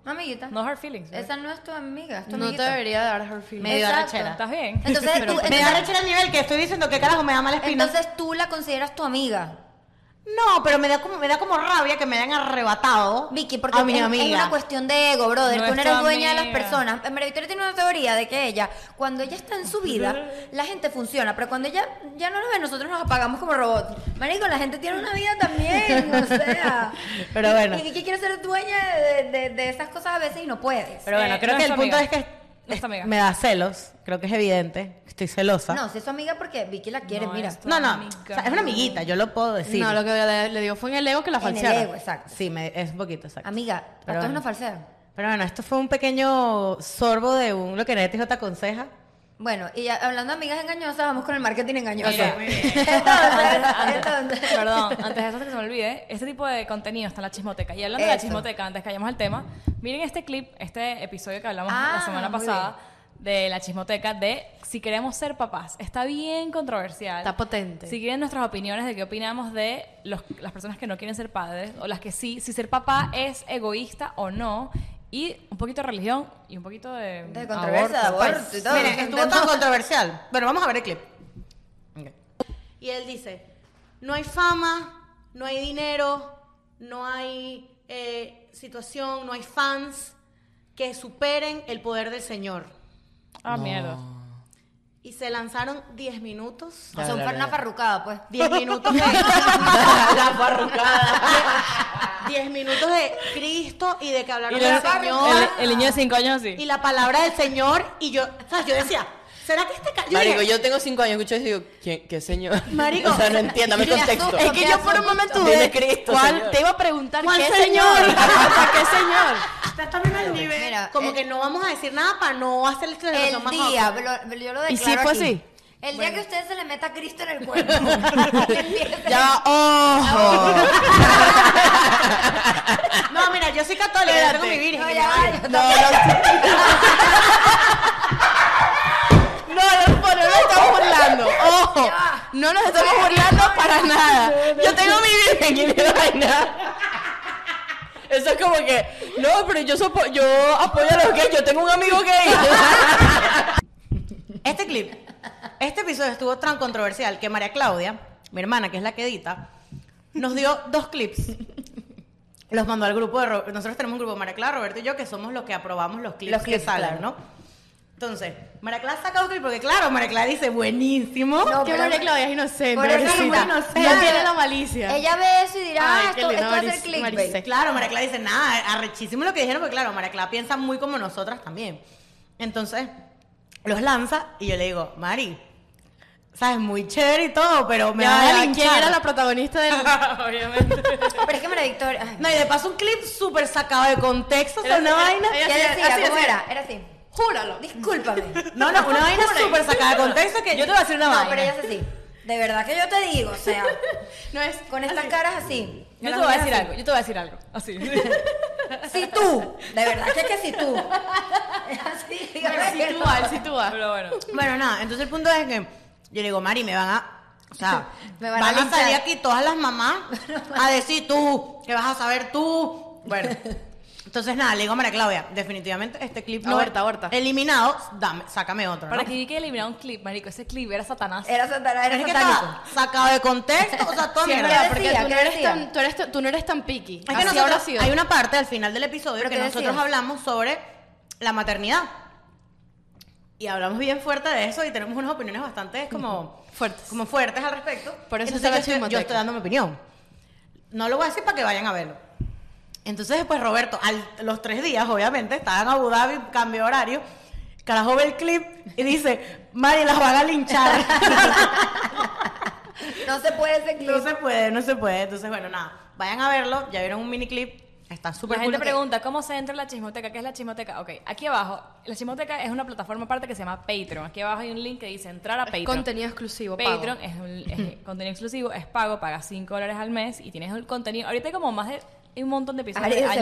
amiguita,
No hard feelings. ¿verdad?
esa no es tu amiga, es tu
no te
amiguita.
debería dar her feelings.
Me dio
Exacto.
arrechera.
¿Estás bien?
Entonces,
Pero-
tú,
Me da
entonces,
arrechera a nivel que estoy diciendo que carajo me da mala espina.
entonces tú la consideras tu amiga.
no, pero me da como me da como rabia que me hayan arrebatado
Vicky, porque
a Ah, mi
es,
amiga.
es una cuestión de ego, brother.
No
tú
es
no
tu
eres dueña de
amiga.
las personas. Eh, María Victoria tiene una teoría de que ella, cuando ella está en su vida, la gente funciona, pero cuando ella ya no nos ve, nosotros nos apagamos como robots. Marico, la gente tiene una vida también, o sea.
Pero bueno.
Y Vicky quiere ser dueña de, de- de esas cosas a veces y no puedes.
Pero bueno,
Eh,
creo
no
que
es
el
tu
punto es
amiga.
que
No es
es-
tu amiga.
me da celos, creo que es evidente, estoy celosa.
no, si es su amiga porque Vicky la quiere,
No,
mira.
es tu-
no, no,
amiga.
o sea, es una amiguita, yo lo puedo decir.
Eh, No, lo que le, le dio fue en el ego que la
En el ego,
falsearon.
exacto.
Sí, me, es un poquito, exacto.
Amiga, a
Pero
todos
bueno.
nos falsean.
Pero bueno, esto fue un pequeño sorbo de un lo que nadie te dijo te aconseja.
Bueno, y ya hablando de amigas engañosas, vamos con el marketing engañoso.
Mira, muy bien.
Entonces,
Antes-
entonces-
Perdón, antes de eso que se me olvide, este tipo de contenido está en la chismoteca. Y hablando de la
Eso.
chismoteca, antes que vayamos al tema, miren este clip, este episodio que hablamos
Ah,
la semana
muy
pasada de la chismoteca de si queremos ser papás. Está bien controversial.
Está potente.
Si quieren nuestras opiniones de qué opinamos de los- las personas que no quieren ser padres o las que sí, si ser papá es egoísta o no. Y un poquito de religión y un poquito de.
De controversia, de
pues.
aborto y todo.
Miren, estuvo tan controversial. Bueno, vamos a ver el clip. Y él dice, no hay fama, no hay dinero, no hay eh, situación, no hay fans que superen el poder del Señor.
Ah, mierda.
Y se lanzaron 10 minutos.
O sea, un- una farrucada, pues.
10 minutos de... la barrucada. 10 minutos de Cristo y de que hablaron
Y
del
la-
Señor.
el, el niño de 5 años así.
y la palabra del Señor y yo, o sea, yo decía, ¿será que este ca- yo
Marico,
dije,
yo tengo cinco años, escucho eso y digo, ¿quién, ¿qué señor?
Marico,
o sea, no entiéndame el
me
contexto.
asusta.
es que yo por un momento dudé,
Dile Cristo,
¿Cuál?
señor.
Te iba a preguntar
¿Cuál
Pues,
qué
señor?
señor. ¿Para qué señor?
está también al nivel,
Mira,
como
el-
que no vamos a decir nada para no hacer la relación
El
más
día,
awkward.
lo- yo lo declaro
¿Y si fue
aquí.
así?
El día que usted se le meta a Cristo en el cuerpo. le empiece-
Ya, ojo.
No, mira, yo soy católica, yo tengo mi virgen.
No,
y
ya
mi
va,
vaina.
yo-
No, no, no, no nos estamos burlando. Ojo. No nos estamos burlando para nada.
Yo tengo mi virgen y mi vaina. Eso es como que, no, pero yo, sopo, yo apoyo a los gays, yo tengo un amigo gay.
Este clip, este episodio estuvo tan controversial que María Claudia, mi hermana, que es la que edita, nos dio dos clips. Los mandó al grupo de Ro- nosotros tenemos un grupo María Clara, Roberto y yo que somos los que aprobamos los clips,
Los clips,
que salen, ¿no?
claro.
Entonces, María Clara saca dos clips porque claro, María Clara dice buenísimo.
No,
Que
pero-
María Claudia es inocente.
Por eso es muy
pobrecita.
inocente.
No tiene la malicia.
Ella ve eso y dirá,
Ay,
ah,
qué
esto,
lindo,
esto va a ser
Maris-
clickbait.
Marisela.
Claro, María Clara dice, nada, arrechísimo lo que dijeron, porque claro, María Clara piensa muy como nosotras también. Entonces, los lanza y yo le digo, Mari, ¿sabes? Muy chévere y todo, pero me
Ya,
van a
ya, ¿Quién
linchar.
era la protagonista del.?
Obviamente.
Pero es que María Victoria. ay,
No, y de paso un clip súper sacado de contexto, o sea,
Era-
una
era-
vaina...
era-
¿Qué
así,
decía?
así,
¿Cómo
así.
era? Era así.
Júralo.
Discúlpame.
No, no, una vaina
Jure.
súper sacada de contexto que yo te voy a decir una
No,
vaina.
pero ella es así. De verdad que yo te digo, o sea,
No es.
con estas caras así.
Yo te
con las
voy a
uñas
decir
así.
algo, yo te voy a decir algo. Así.
Si tú, de verdad que es que si tú. Así, dígame.
Si tú vas, si tú vas.
Pero bueno.
Bueno, nada, entonces el punto es que yo le digo, Mari, me van a. O sea,
Me
van,
van a
a,
linchar.
salir aquí todas las mamás a decir tú, que vas a saber tú. Bueno, entonces nada, le digo a María Claudia, definitivamente este clip no.
Aborta, aborta.
Eliminado, dame, sácame otro.
Para
¿no?
que vi que eliminar un clip, marico. Ese clip era Satanás.
Eh,
Era Santana,
Pero
era
es que
satánico.
está sacado de contexto, o sea, toda
Sí, es
mierda.
verdad,
¿Qué
porque
decía?
tú
¿Qué
no, eres
decía?
tan, tú, eres, tú no eres tan picky.
Es que
Así
nosotros-
habrá sido.
hay una parte al final del episodio
¿Pero
que
qué
nosotros
decía?
hablamos sobre la maternidad. Y hablamos bien fuerte de eso y tenemos unas opiniones bastante como
Fuertes.
como fuertes al respecto.
Por eso
Entonces
está la
yo, estoy, yo
chismoteca.
estoy dando mi opinión. No lo voy a decir para que vayan a verlo. Entonces después Roberto, al- los tres días, obviamente, estaba en Abu Dhabi, cambio de horario, carajo ve el clip y dice, Mari, las van a linchar.
No se puede ese clip.
no se puede, no se puede. Entonces, bueno, nada, vayan a verlo, ya vieron un mini clip, está súper
La
cool.
gente pregunta, ¿cómo se entra en la chismoteca? ¿Qué es la chismoteca? Ok, aquí abajo, la chismoteca es una plataforma aparte que se llama Patreon. Aquí abajo hay un link que dice entrar a Patreon.
Contenido exclusivo. pago.
Patreon es, un, es contenido exclusivo, es pago, pagas 5 dólares al mes y tienes el contenido. Ahorita hay como más de hay un montón de episodios.
Ari
año y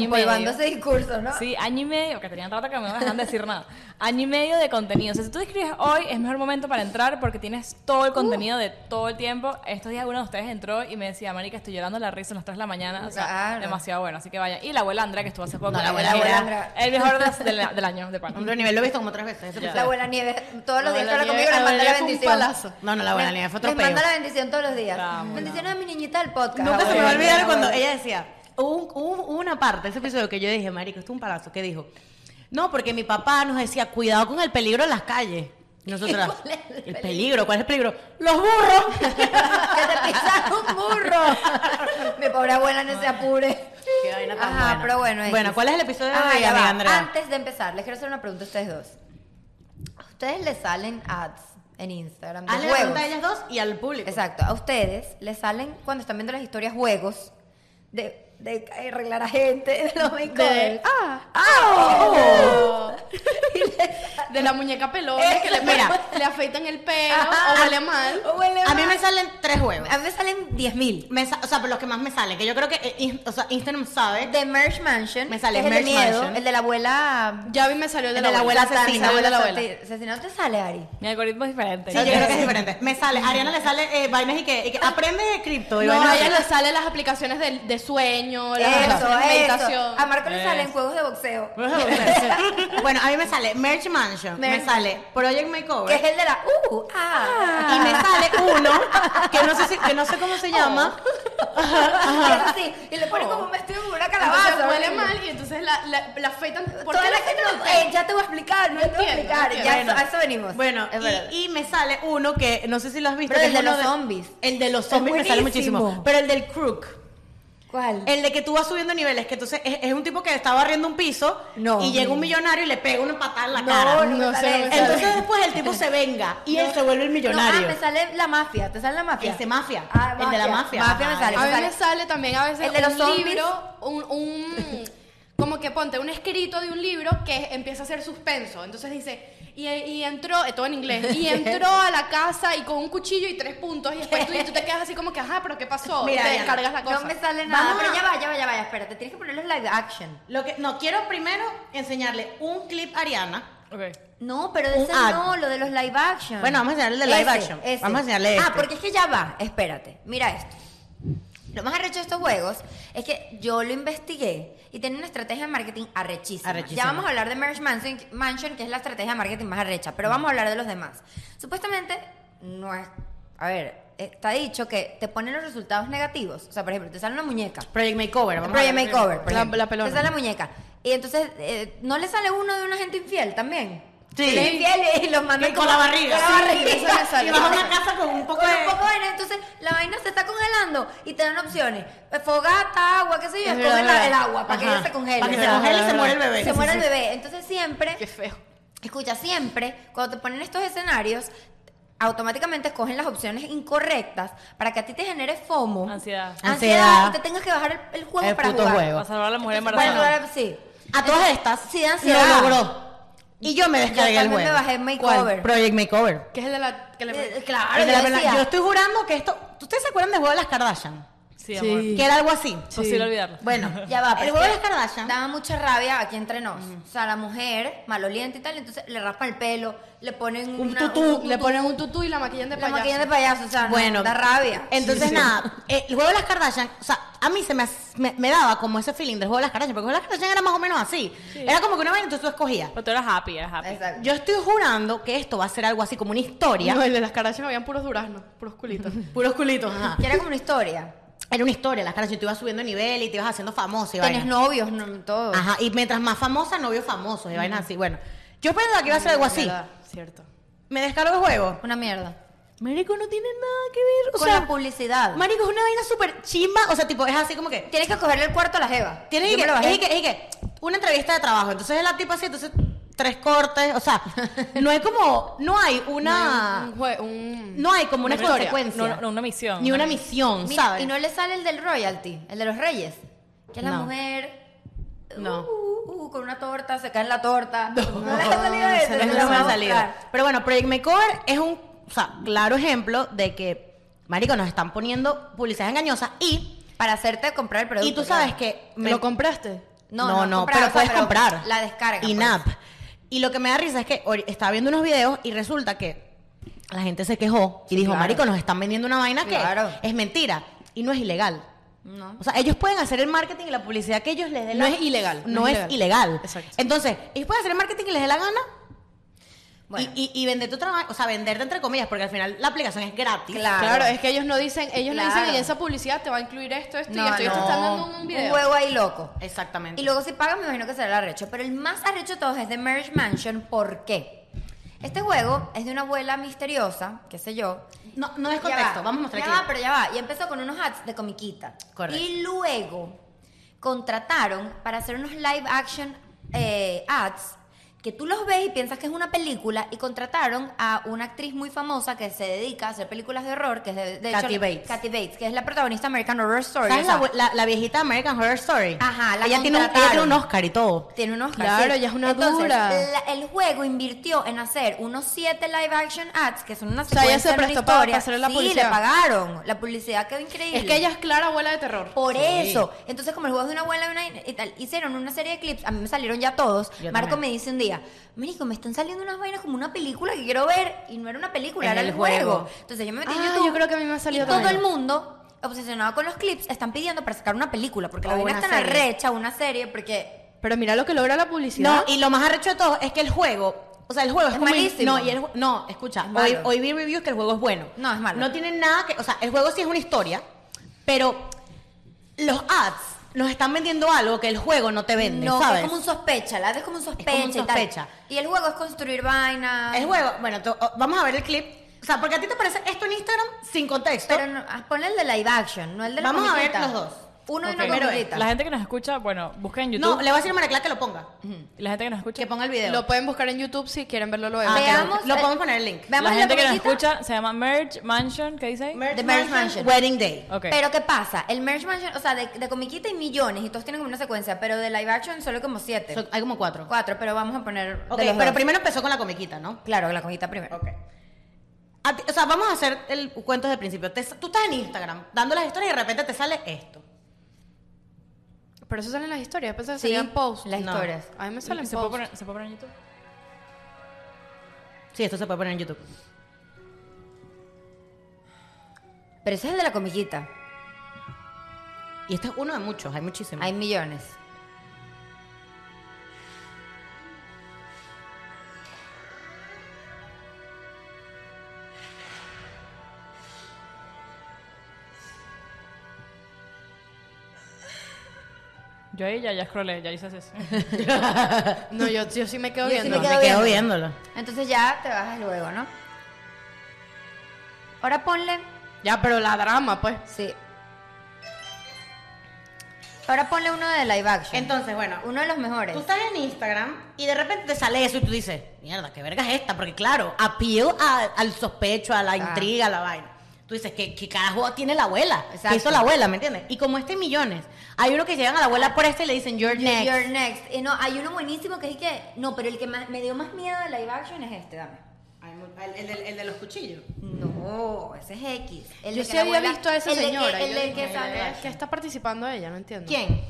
medio.
desempolvando ese discurso, ¿no?
Sí, año y medio, que tenían rato que me dejan de decir nada. Año y medio de contenido. O sea, si tú escribes hoy, es mejor momento para entrar porque tienes todo el contenido de todo el tiempo. Estos días uno de ustedes entró y me decía, Marica, estoy llorando la risa a las 3 de la mañana. O sea,
Claro.
demasiado bueno, así que vaya. Y la abuela Andrea, que estuvo hace poco.
No, la abuela
era
Andrea.
El mejor de- del, del año, de pan.
Hombre, nivel lo he visto como tres veces. ese
La
episodio.
abuela Nieves, todos los días que habla
Abuela Nieves,
conmigo, les manda la
abuela Nieves fue
bendición.
un palazo.
No, no, la abuela
Les-
Nieves fue otro
Les
peo.
manda la bendición todos los días.
Vamos,
Bendiciones a mi niñita del podcast.
Nunca se me va a
abuela.
olvidar cuando ella decía, hubo, un- hubo- hubo una parte de ese episodio que yo dije, marico, esto es un palazo, que dijo, no, porque mi papá nos decía, cuidado con el peligro en las calles. Y Nosotras,
¿Cuál es el
el,
peligro?
peligro, ¿cuál es el peligro? ¡Los burros!
que te pisaron un burro. Mi pobre abuela no se apure.
Qué vaina tan
Ajá,
buena.
pero bueno. X.
Bueno, ¿cuál es el episodio de
Ah,
hoy,
ya
amiga
va.
Andrea?
Antes de empezar, les quiero hacer una pregunta a ustedes dos. ¿A ustedes les salen ads en Instagram de
Hazle la
juegos?
Ah, pregunta a ellas dos y al público.
Exacto. A ustedes les salen cuando están viendo las historias juegos de, de arreglar a gente de los makeovers.
ah.
¡Ah!
De la muñeca pelona
Eso,
que le,
mira.
ponen- le afeitan el pelo
Ajá.
o huele mal.
Ah, O huele
A mí me
mal.
salen tres juegos.
a mí me salen 10.000.
Me sa- o sea, por los que más me salen, que yo creo que eh, in- o sea, Instagram sabe.
De Merge Mansion.
Me sale
que es el de
Merge
miedo,
Mansion.
El de la abuela.
Ya vi me salió el de,
El
la,
de la abuela
abuela
asesina,
salió el de la
asesina.
abuela.
Asesina, ¿no te sale, Ari?
Mi algoritmo es diferente.
Sí, yo creo que es diferente. Me sale, a Ariana le sale eh, vainas y que, y que aprende de cripto. y
No,
vainas
a
así.
ella le salen las aplicaciones de, de sueño, las
Eso,
aplicaciones de
eso.
meditación.
A Marco le salen juegos de boxeo.
bueno, a mí me sale Merch Mansion, me
Merch.
sale Project
Que
Makeover
es el de la. ¡Uh! ¡Ah!
y me sale uno que no sé si- que no sé cómo se
Oh,
llama.
Eso sí, y le ponen como un vestido con una
Entonces
calabaza.
huele
horrible.
mal y entonces la, la, la afeitan. ¿Por
Toda
qué
la
la
gente
afeitan el
no-
pelo?
eh, ya te voy a explicar, no, te voy a
entiendo,
explicar.
no
ya
entiendo.
a eso venimos.
Bueno,
Es verdad.
y, y me sale uno que no sé si lo has visto.
Pero
que
el
es
de
uno
los zombies.
El de los
Es
zombies me sale muchísimo.
buenísimo.
Pero el del crook.
¿Cuál?
El de que tú vas subiendo niveles, que entonces es, es un tipo que está barriendo un piso
No.
y llega un millonario y le pega una patada en la
no,
cara.
no,
No
me
sé,
sale
no
ese.
Entonces después el tipo se venga y él se vuelve el
No, ah,
millonario.
me sale la mafia, te sale la mafia.
Ese mafia,
Ah,
el de la mafia.
Mafia me
Ajá,
sale.
A
me
mí me
sale.
sale también a veces
El de los
un
zombies.
libro, un, un- como que ponte un escrito de un libro que empieza a ser suspenso. Entonces dice, y, y entró, eh, todo en inglés, y entró a la casa y con un cuchillo y tres puntos, y después tú, y tú te quedas así como que, ajá, pero ¿qué pasó?
Mira,
te
Diana,
descargas la cosa.
No me sale nada.
Vamos
Pero
a-
ya va, ya va, ya va, espérate. Tienes que ponerles live action.
Lo que, no, quiero primero enseñarle un clip a Ariana.
Ok.
No, pero
Un
de ese
ad.
no, lo de los live action.
Bueno, vamos a enseñarle el de live action. Vamos a enseñarle
Ah,
este.
porque es que ya va. Espérate, mira esto. Lo más arrecho de estos juegos es que yo lo investigué y tiene una estrategia de marketing arrechísima.
Arrechísima.
Ya vamos a hablar de Merge Mansion, Mansion, que es la estrategia de marketing más arrecha, pero vamos a hablar de los demás. Supuestamente, no es. A ver, eh, está dicho que te ponen los resultados negativos. O sea, por ejemplo, te sale una muñeca.
Project Makeover, vamos
Project
a ver.
Makeover, por
La-
ejemplo.
la pelona.
Te sale la muñeca. Y entonces, eh, ¿no le sale uno de una gente infiel también?
Sí.
Le es infiel y los mandan
Que con la barriga.
Con la
Sí,
barriga.
eso me sale.
Y vas a una casa con un poco
Con
de...
un poco de vaina, entonces la vaina se está congelando y te dan opciones. Eh, Fogata, agua, qué sé yo,
Es
escoge
verdad,
la- el
verdad.
agua para que
Ajá.
ella se congele.
Para que se
¿sabes?
congele y se
Verdad,
muere el
verdad.
bebé.
Se
Sí,
muere
sí,
el bebé. Entonces siempre
Qué feo.
Escucha, siempre, cuando te ponen estos escenarios, automáticamente escogen las opciones incorrectas para que a ti te genere FOMO.
Ansiedad.
Ansiedad.
y te tengas que bajar el, el juego
El
para
puto
jugar.
juego.
Para salvar a la mujer
Para
embarazada.
jugar, sí.
A todas estas,
Sí, de ansiedad.
lo logró. Y yo me descargué
Yo
el juego.
también me bajé Makeover.
¿Cuál? Project Makeover.
Que es el de la... Que le-
Eh, Claro,
El de
yo
la verdad-
decía,
yo estoy jurando que esto... ¿Ustedes se acuerdan del juego de las Kardashian?
Sí, amor.
Sí.
Que era algo así.
Posible olvidarlo.
Bueno,
Ya va,
El
pero
juego de
es
las
que
Kardashian.
Daba mucha rabia aquí entre nos. O sea, la mujer, maloliente y tal, entonces le raspan el pelo, le ponen
Un
una-
tutú,
Le ponen un tutú y la maquillan de
la
payaso.
maquillan de payaso, o sea, no,
Bueno,
da rabia.
Entonces, nada, eh, el juego de las Kardashian, o sea, a mí se me, hace- me, me daba como ese feeling del juego de las Kardashian, porque el juego de las Kardashian era más o menos así. Era como que una vaina, entonces tú escogías.
Pero tú eras happy, eras happy.
Exacto.
Yo estoy jurando que esto va a ser algo así como una historia.
No, el de las carachas habían puros duraznos, puros culitos.
Puros culitos, ajá.
Que era como una historia.
Era una historia, las Kardashian, tú ibas subiendo de nivel y te ibas haciendo famosa y
Tenés
vainas.
novios, no, todo.
Ajá, y mientras más famosa, novios famosos y vainas así. Bueno, yo pensaba que iba a ser algo así.
Verdad, Cierto.
Me descargo el juego.
Una mierda.
Marico, no tiene nada que ver. O
Con
sea,
la publicidad.
Marico, es una vaina súper chimba. O sea, tipo, es así como que...
Tienes que cogerle el cuarto a la jeva.
Tiene
Yo
que,
me lo bajé.
es que, es que una entrevista de trabajo, entonces es la tipa así, entonces tres cortes, o sea, no hay como, no hay
No,
una,
un jue- un-
no hay como una,
Una historia.
consecuencia,
No, no, una misión.
ni una misión,
Mira,
¿sabes?
y no le sale el del royalty, el de los reyes. Que es la
No.
mujer.
No.
uh, uh, uh, con una torta, se cae en la torta. No, le ha salido
No,
ese,
no,
te
no
lo
me
voy
ha
a
salido.
mostrar.
Pero bueno, Project Makeover es un, o sea, claro ejemplo de que, marico, nos están poniendo publicidad engañosa y,
Para hacerte comprar el producto.
y tú sabes
claro.
que
¿Te ¿Lo compraste?
No,
No,
no,
no, comprar,
pero
o sea,
puedes
pero
comprar.
la pues. descarga,
INAP. Y lo que me da risa es que ori- estaba viendo unos videos y resulta que la gente se quejó y dijo,
claro.
marico, nos están vendiendo una vaina que
Claro.
es mentira y no es ilegal.
No.
O sea, ellos pueden hacer el marketing y la publicidad que ellos les dé
No
la
es ilegal,
No, es ilegal.
Exacto.
Entonces, ellos pueden hacer el marketing que les dé la gana
Bueno.
y, y, y vender tu trabajo, o sea, venderte entre comillas, porque al final la aplicación es gratis.
Claro.
Claro, es que ellos no dicen, ellos no dicen
Claro.
en esa publicidad te va a incluir esto, esto
No,
y esto. Y esto
no.
están dando un video.
huevo ahí loco.
Exactamente.
Y luego si pagas, me imagino que será el arrecho. Pero el más arrecho de todos es de Marriage Mansion. ¿Por qué? Este juego es de una abuela misteriosa, qué sé yo.
no, no es
Ya
contexto,
va,
vamos a mostrar
Ya
aquí.
va, pero ya va. Y empezó con unos hats de comiquita.
Correcto.
Y luego contrataron para hacer unos live action eh, ads que tú los ves y piensas que es una película y contrataron a una actriz muy famosa que se dedica a hacer películas de horror, que es de, de
Kathy Bates.
Kathy Bates, que es la protagonista de American Horror Story.
¿Sabes
o sea,
la, la- la viejita American Horror Story?
Ajá, la
ella tiene, un, ella tiene un
contrataron.
Oscar y todo.
tiene unos
Claro, ella es una
Entonces,
dura.
la- el juego invirtió en hacer unos siete live action ads que son una
sea, ella
secuencia
se
de una
prestó para-
historia.
para hacer la
sí,
publicidad.
le pagaron. La publicidad quedó increíble.
Es que ella es clara abuela de terror.
Por eso. Entonces, como el juego es de una abuela y, una- y tal, hicieron una serie de clips. A mí me salieron ya todos.
Yo
Marco
también.
me dice un día, Marico, me están saliendo unas vainas como una película que quiero ver. Y no era una película,
Es
era
el
el, juego.
juego.
Entonces yo me metí
Ah,
en YouTube.
yo creo que a mí me ha salido
Y todo
también.
el mundo obsesionado con los clips están pidiendo para sacar una película. Porque la
O
vaina
una
es tan
serie.
arrecha, una serie, porque.
Pero mira lo que logra la
No,
publicidad.
y lo más arrecho de todo es que el juego, o sea, el juego es,
Es
como-
malísimo.
No, y el ju- no, escucha,
Es
hoy,
malo.
hoy vi reviews que el juego es bueno.
No, es malo.
No tiene nada que, o sea, el juego sí es una historia, pero los ads nos están vendiendo algo que el juego no te vende,
No, que
¿sabes?
es como un sospecha, la de es como un sospecha.
como un
y tal.
sospecha.
Y, el juego es construir vainas.
El juego, bueno, tú- oh, vamos a ver el clip. O sea, porque a ti te parece esto en Instagram sin contexto.
Pero no, ah, ponle el de live action, no el de la
Vamos a ver los
comiquita.
dos.
Uno
Ok.
y una
Primero es,
comiquita.
eh, La gente que nos escucha, bueno, busca en
no, le
YouTube.
voy a decir a María Clara que lo ponga.
Ah,
y La gente que nos escucha.
Que ponga el video.
Lo pueden buscar en YouTube si quieren verlo luego.
Ah, ok,
Veamos
Lo
el-
podemos poner el link.
Veamos
la
la
gente que nos
comiquita.
escucha se llama Merge Mansion, ¿qué dice ahí?
Merch
The Merch Mansion.
Wedding Day.
Ok.
Pero ¿qué pasa? El Merge Mansion, o sea, de, de comiquita hay millones y todos tienen como una secuencia, pero de live action solo como siete.
So- hay como cuatro.
cuatro, pero vamos a poner. de
Ok,
los
pero
dos.
primero empezó con la comiquita, ¿no?
Claro, la comiquita primero.
Ok. A ti- o sea, vamos a hacer el cuento desde el principio. Te- tú estás en Instagram dando las historias y de repente te sale esto.
Pero eso sale en las historias. Pensé que
Sí,
salían posts.
las
No.
historias.
A mí me salen
¿Se puede,
posts.
poner, ¿Se puede poner en YouTube?
Sí, esto se puede poner en YouTube.
Pero ese es el de la comiquita.
Y este es uno de muchos, hay muchísimos.
Hay millones.
Yo ahí ya, ya scrollé, ya hice eso.
No, yo, yo sí me quedo
Yo sí
viendo.
me
quedo
quedo viendo.
viéndolo.
Entonces ya te bajas luego, ¿no? Ahora ponle.
Ya, pero la drama, pues.
Sí. Ahora ponle uno de live action.
Entonces, bueno,
uno de los mejores.
Tú estás en Instagram y de repente te sale eso y tú dices, mierda, qué verga es esta, porque claro, apío al sospecho, a la intriga, a la vaina. Tú dices, ¿qué, qué carajo tiene la abuela? ¿Qué
Exacto.
hizo la abuela, ¿me entiendes? Y como este hay millones, hay uno que llegan a la abuela por este y le dicen, you're next.
You're next. Y no, hay uno buenísimo que es que. No, pero el que más- me dio más miedo de live action es este, dame.
El, de los cuchillos.
No, ese es X. El
Mm. yo
de
sí
que la
había
abuela-
visto a esa
el de que-
señora.
el
yo
de
dije,
que
"Mira,
sale-
¿Qué está participando ella? No entiendo.
¿Quién?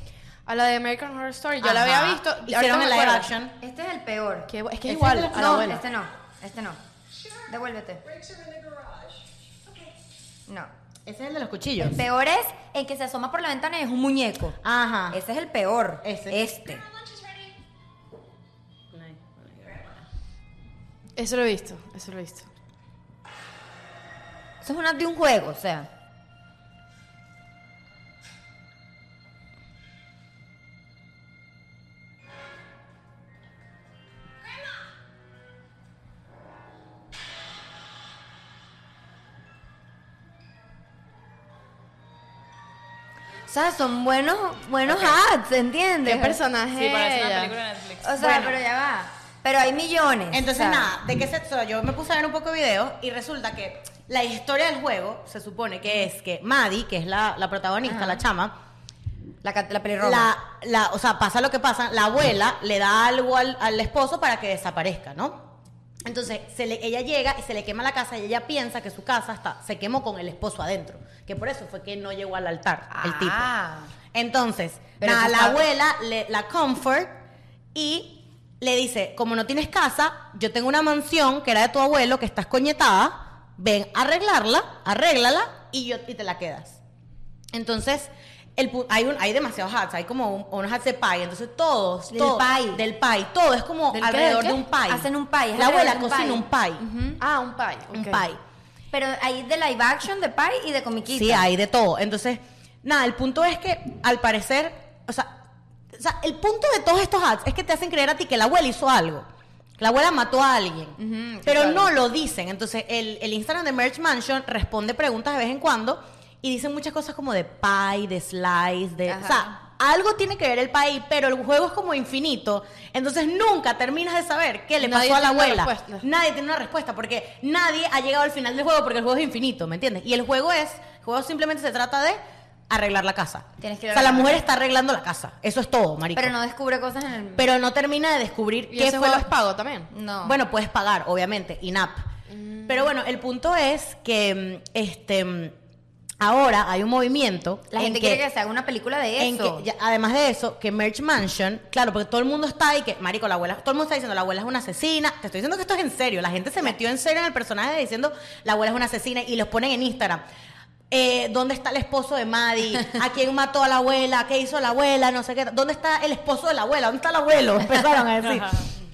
A la de American Horror Story. Yo
Ajá.
la había visto. ahorita
Hicieron
me
el live
acuerdo.
action.
Este es el peor.
Que- es que
Este
es igual a
de los-
Ah, la
No,
abuela.
este no. Este no. Devuélvete. No.
Ese es el de los cuchillos.
El peor es el que se asoma por la ventana y es un muñeco.
Ah.
Ajá.
Ese es el peor.
Ese.
Este.
Eso lo he visto. Eso lo he visto.
Eso es una de un juego, o sea. O sea, son buenos, buenos ads, ¿entiendes?
¿Qué personaje
Sí, parece
ella?
una película de Netflix.
O sea, pero ya va. Pero hay millones.
Entonces,
o sea.
nada, ¿de qué se trata? Yo me puse a ver un poco de videos y resulta que la historia del juego se supone que es que Maddie, que es la, la protagonista, la chama,
La, ca- la pelirroja.
la, la- o sea, pasa lo que pasa, la abuela le da algo al, al esposo para que desaparezca, ¿no? Entonces, se le- ella llega y se le quema la casa y ella piensa que su casa está, se quemó con el esposo adentro, que por eso fue que no llegó al altar el tipo.
Ah.
Entonces,
Pero
nada,
eso
la
está-
abuela le- la comfort y le dice, como no tienes casa, yo tengo una mansión que era de tu abuelo, que está escoñetada, ven a arreglarla, arréglala y, yo, y te la quedas. Entonces, el, pu- hay, un, hay demasiados hats, hay como un- unos hats de pie, entonces todos,
Del
todos-
pie.
del pie, todo es como
¿Del qué,
alrededor
del
de
qué?
un pie.
Hacen un pie, es
La abuela
alrededor de
cocina
un
un pie,
¿Mm?
Ah, un pie.
un
ok.
pie.
Pero hay de live action, de pie y de comiquita.
Sí, hay de todo. Entonces, nada, el punto es que al parecer, o sea, o sea, el punto de todos estos ads es que te hacen creer a ti que la abuela hizo algo. que La abuela mató a alguien, pero no lo dicen. Entonces, el, el Instagram de Merch Mansion responde preguntas de vez en cuando y dicen muchas cosas como de pie, de slice, de. O sea, algo tiene que ver el país, pero el juego es como infinito. Entonces, nunca terminas de saber qué le
Nadie
pasó a la
tiene una
abuela.
respuesta.
Nadie tiene una respuesta porque nadie ha llegado al final del juego porque el juego es infinito, ¿me entiendes? Y el juego es, el juego simplemente se trata de arreglar la casa.
Tienes que ir
o sea, la
arreglando.
mujer está arreglando la casa. Eso es todo, marico.
Pero no descubre cosas en el...
Pero no termina de descubrir
¿Y
qué
ese
fue
juego es pago también?
no. Mm.
Bueno, puedes pagar, obviamente, INAP. Pero bueno, el punto es que mm, este mm, ahora hay un movimiento
la
en
gente quiere que se haga una película de
en
eso.
que, ya- además de eso, que Merch Mansion, claro, porque todo el mundo está ahí que, marico, la abuela, todo el mundo está diciendo, la abuela es una asesina. Te estoy diciendo que esto es en serio. La gente se metió en serio en el personaje diciendo, la abuela es una asesina y los ponen en Instagram. Eh, ¿Dónde está el esposo de Maddie? ¿A quién mató a la abuela? ¿Qué hizo la abuela? No sé qué. ¿Dónde está el esposo de la abuela? ¿Dónde está el abuelo? Empezaron a decir.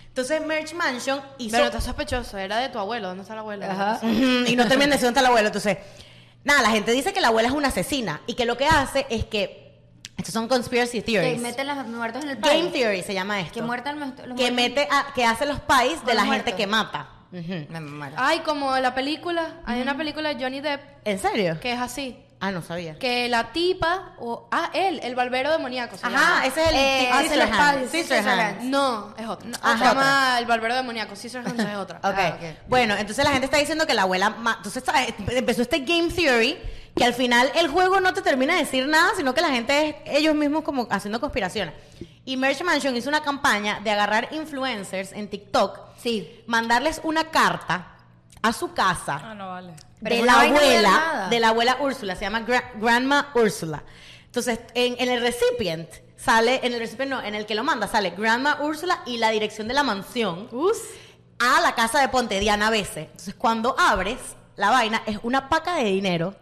Entonces, Merch Mansion hizo.
Pero no está sospechoso. Era de tu abuelo. ¿Dónde está la abuela?
Ajá.
Ujú, y no terminan de decir dónde está la abuela. Entonces, nada, la gente dice que la abuela es una asesina y que lo que hace es que. Estos son conspiracy
Que
theories.
meten los muertos en el
Game
pie.
theory se llama esto.
Que muertan los, los
que
muertos.
mete a- que hace los pais de
Con
la
los
gente
muertos.
que mata. Ujú.
Me muero.
Ah.
Ay, como la película. Hay una película de Johnny Depp
¿En serio?
que es así.
Ah, no sabía.
Que la tipa, o. Ah, él, el barbero demoníaco. se
Ajá,
llama.
ese es el
Eh,
tic-
hace
Sister
los
Hand.
pais,
Sister
Sister
Hand.
Hand.
No, es otra.
Ah,
se
es
llama El Barbero Demoníaco. Caesar Hunter es otra.
Ok.
Ah, ok.
Bueno, entonces la gente está diciendo que la abuela. ma- Entonces ¿sabes? empezó este game theory que al final el juego no te termina de decir nada, sino que la gente es ellos mismos como haciendo conspiraciones. Y Merch Mansion hizo una campaña de agarrar influencers en TikTok,
Sí.
mandarles una carta a su casa.
Ah, no vale.
Pero
de
es una
la
vaina bien
abuela,
armada.
de la abuela Úrsula, se llama Gra- Grandma Úrsula. Entonces, en, en el recipient sale, en el recipient no, en el que lo manda sale Grandma Úrsula y la dirección de la mansión a la casa de Ponte Diana Veces. Entonces, cuando abres la vaina es una paca de dinero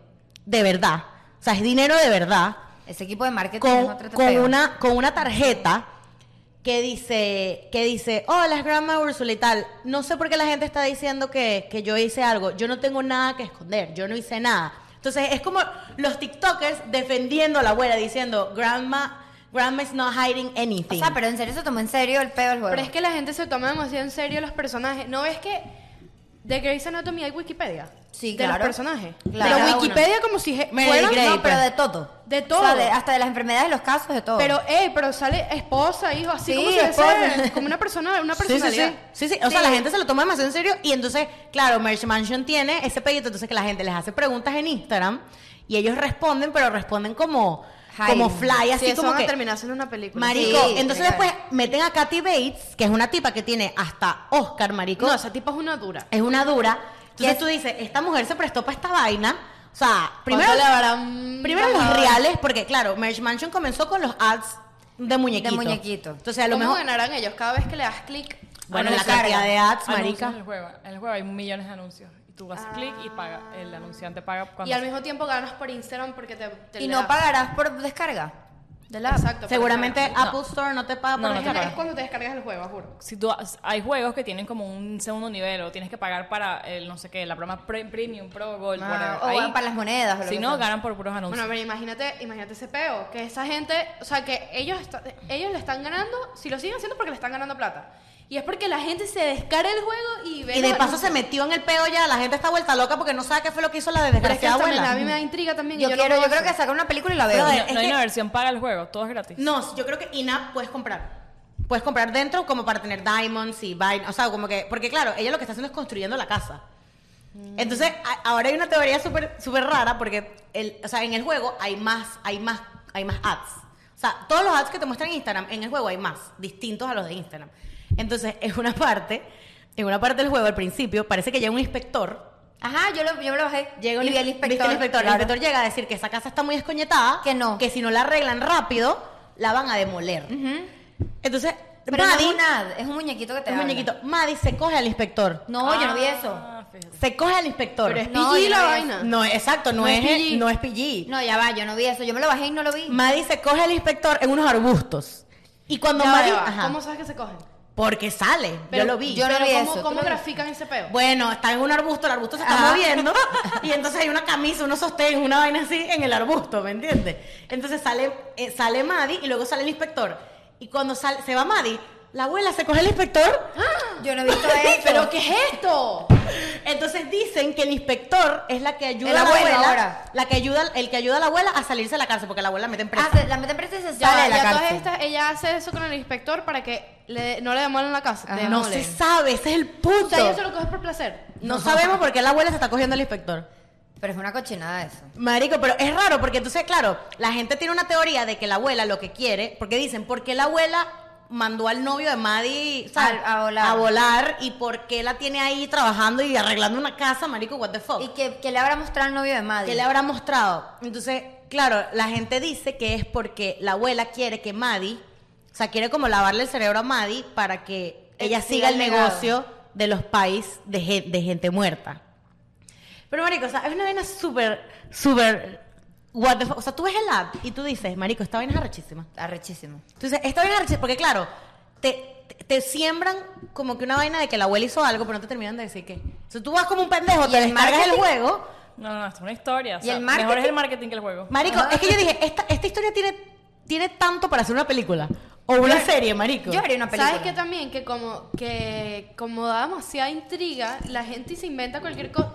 de verdad, o sea, es dinero de verdad
Ese equipo de marketing
con,
es otro
con
peo.
una, con una tarjeta que dice, que dice, hola, es Grandma Úrsula y tal. No sé por qué la gente está diciendo que, que yo hice algo. Yo no tengo nada que esconder. Yo no hice nada. Entonces, es como los TikTokers defendiendo a la abuela, diciendo, Grandma, Grandma is not hiding
O
anything.
sea, pero en serio se tomó en serio el pedo del juego.
Pero es que la gente se toma demasiado en serio los personajes. ¿No ves que de Grey's Anatomy hay Wikipedia?
Sí,
de
claro.
los personajes.
Claro.
Pero
Cada
Wikipedia como si je-
Meryl
fueran-
Grey,
no, pero
pues.
de todo.
De
O sea,
todo.
de- hasta de las enfermedades, los casos, de todo.
Pero, ey, pero sale esposa, hijo, así
Sí,
como se
esposa.
ser, como una persona, una
Sí, sí, sí.
personalidad.
Sí, sí. O sea, la gente se lo toma demasiado en serio. Y entonces, claro, Merch Mansion tiene ese pedito. Entonces, que la gente les hace preguntas en Instagram y ellos responden, pero responden como,
Ay,
como fly, así
Sí, eso
como.
van
Que,
a terminar haciendo una película.
Marico,
Sí,
entonces
claro.
después meten a Katy Bates, que es una tipa que tiene hasta Oscar, marico.
No, esa tipa es una dura.
es una dura. Entonces
Yes.
tú dices, esta mujer se prestó para esta vaina. O sea, primero,
¿Cuánto le habrán
primero los
bajado?
reales, porque claro, Merch Mansion comenzó con los ads de muñequito.
muñequito.
Entonces a lo
¿Cómo
mejor,
ganarán ellos cada vez que le das clic?
bueno,
Bueno,
la
carga.
cantidad de ads,
Anuncios
marica.
En el, juego, en el juego hay millones de anuncios. Y tú haces clic y paga. El anunciante paga cuando.
Y al mismo tiempo ganas por Instagram porque te, te
y
le
no
da-
pagarás por descarga. De la app.
Exacto. por
Seguramente
descarga.
Apple Store no te paga
No,
por
no te
ejemplo.
Es cuando te descargas el juego, juro.
si tú has- hay juegos que tienen como un segundo nivel o tienes que pagar para el no sé qué, la broma pre- premium, pro, gold,
Ah,
whatever.
o
Ahí,
van para las monedas. o lo
si
que
no,
sea.
ganan por puros anuncios.
Bueno, pero imagínate, imagínate ese peo, que esa gente, o sea, que ellos, está- ellos le están ganando, si lo siguen haciendo porque le están ganando plata. Y es porque la gente se descarga el juego y ve
Y de
los
paso
anuncios.
se metió en el peo ya, la gente está vuelta loca porque no sabe qué fue lo que hizo la de
Pero es que
desgraciada
eso también a mí me
abuela.
da intriga también. y
Yo,
no
quiero,
veo
yo creo
eso.
que sacar una película y la
Pero,
veo.
no
es
no hay
que-
una versión paga el juego, todo es gratis.
No, yo creo que INAP puedes comprar. Puedes comprar dentro como para tener diamonds y vainas. O sea, como que. Porque claro, ella lo que está haciendo es construyendo la casa.
Mm.
Entonces, a- ahora hay una teoría súper súper rara porque el, o sea, en el juego hay más, hay más, hay más ads. O sea, todos los ads que te muestran Instagram, en el juego hay más, distintos a los de Instagram. Entonces, en una parte, en una parte del juego, al principio, parece que llega un inspector.
Ajá, yo, lo, yo me lo bajé.
Llega un
y vi al
ins-
inspector.
¿viste el inspector?
claro.
El inspector llega a decir que esa casa está muy escoñetada.
Que no.
Que si no la arreglan rápido, la van a demoler. Entonces,
Pero no
Maddie,
es un ad, es un muñequito que te
un
habla.
muñequito, Maddie se coge al inspector.
No, yo no vi eso.
Ah, fíjate.
Se coge al inspector.
Pero es
No,
PG
yo
la
no veo
vaina.
No, exacto, no,
No es
es,
PG.
no es PG.
No, ya va, yo no vi eso. Yo me lo bajé y no lo vi.
Maddie se coge al inspector en unos arbustos. Y cuando
Ya va,
Maddie.
ya va.
ajá,
¿Cómo sabes que se cogen?
porque sale.
Pero-
yo lo vi.
yo no
pero
vi
¿cómo,
eso,
¿Cómo
tú lo
grafican ese peo?
Bueno, está en un arbusto, el arbusto se está
Ajá.
moviendo y entonces hay una camisa, unos sostenes, una vaina así en el arbusto, ¿me entiendes? Entonces sale, eh, sale Maddie y luego sale el inspector. Y cuando sale, se va Maddie, la abuela se coge el inspector.
Yo no he visto eso.
¿Pero qué es esto?
Entonces dicen que el inspector es la que ayuda
El
a la
abuelo
abuela,
ahora.
la que ayuda, el que ayuda a la abuela a salirse de la cárcel porque la abuela la mete en presa.
Ah, se- la meten presa y se
Ya,
sale de
ya
la
todas
cárcel.
estas- ella hace eso con el inspector para que le- no le demolen la casa.
Ajá.
te
no
demolen.
se sabe, ese es el punto.
O sea, ella se lo coge por placer.
No sabemos por qué la abuela se está cogiendo al inspector.
Pero es una cochinada eso.
Marico, pero es raro porque entonces, claro, la gente tiene una teoría de que la abuela lo que quiere, porque dicen, ¿por qué la abuela mandó al novio de Maddie o sea,
Al- a volar.
volar? y por qué la tiene ahí trabajando y arreglando una casa, marico, what the fuck?
¿Y que, que le habrá mostrado al novio de Maddie?
¿Qué Oh. le habrá mostrado? Entonces, claro, la gente dice que es porque la abuela quiere que Maddie, o sea, quiere como lavarle el cerebro a Maddie para que ella
Siga
siga
el
el
legado.
negocio de los países de, gen- de gente muerta. Pero, marico, o sea, es una vaina súper, súper... what the fuck. O sea, tú ves el app y tú dices, marico, esta vaina es arrechísima.
Arrechísimo.
Entonces, esta vaina es arrechísima porque, claro, te, te- te siembran como que una vaina de que la abuela hizo algo, pero no te terminan de decir qué. O sea, tú vas como un pendejo,
¿Y
te
el
descargas el
marketing?
juego...
No, no, no, esto es una historia. o sea,
el
Mejor es
marketing?
el marketing que el juego.
Marico, es que yo dije, esta, esta historia tiene, tiene tanto para hacer una película. O una serie, marico.
Yo haría una película.
¿Sabes que también? Que como, que como da demasiada intriga, la gente se inventa cualquier cosa.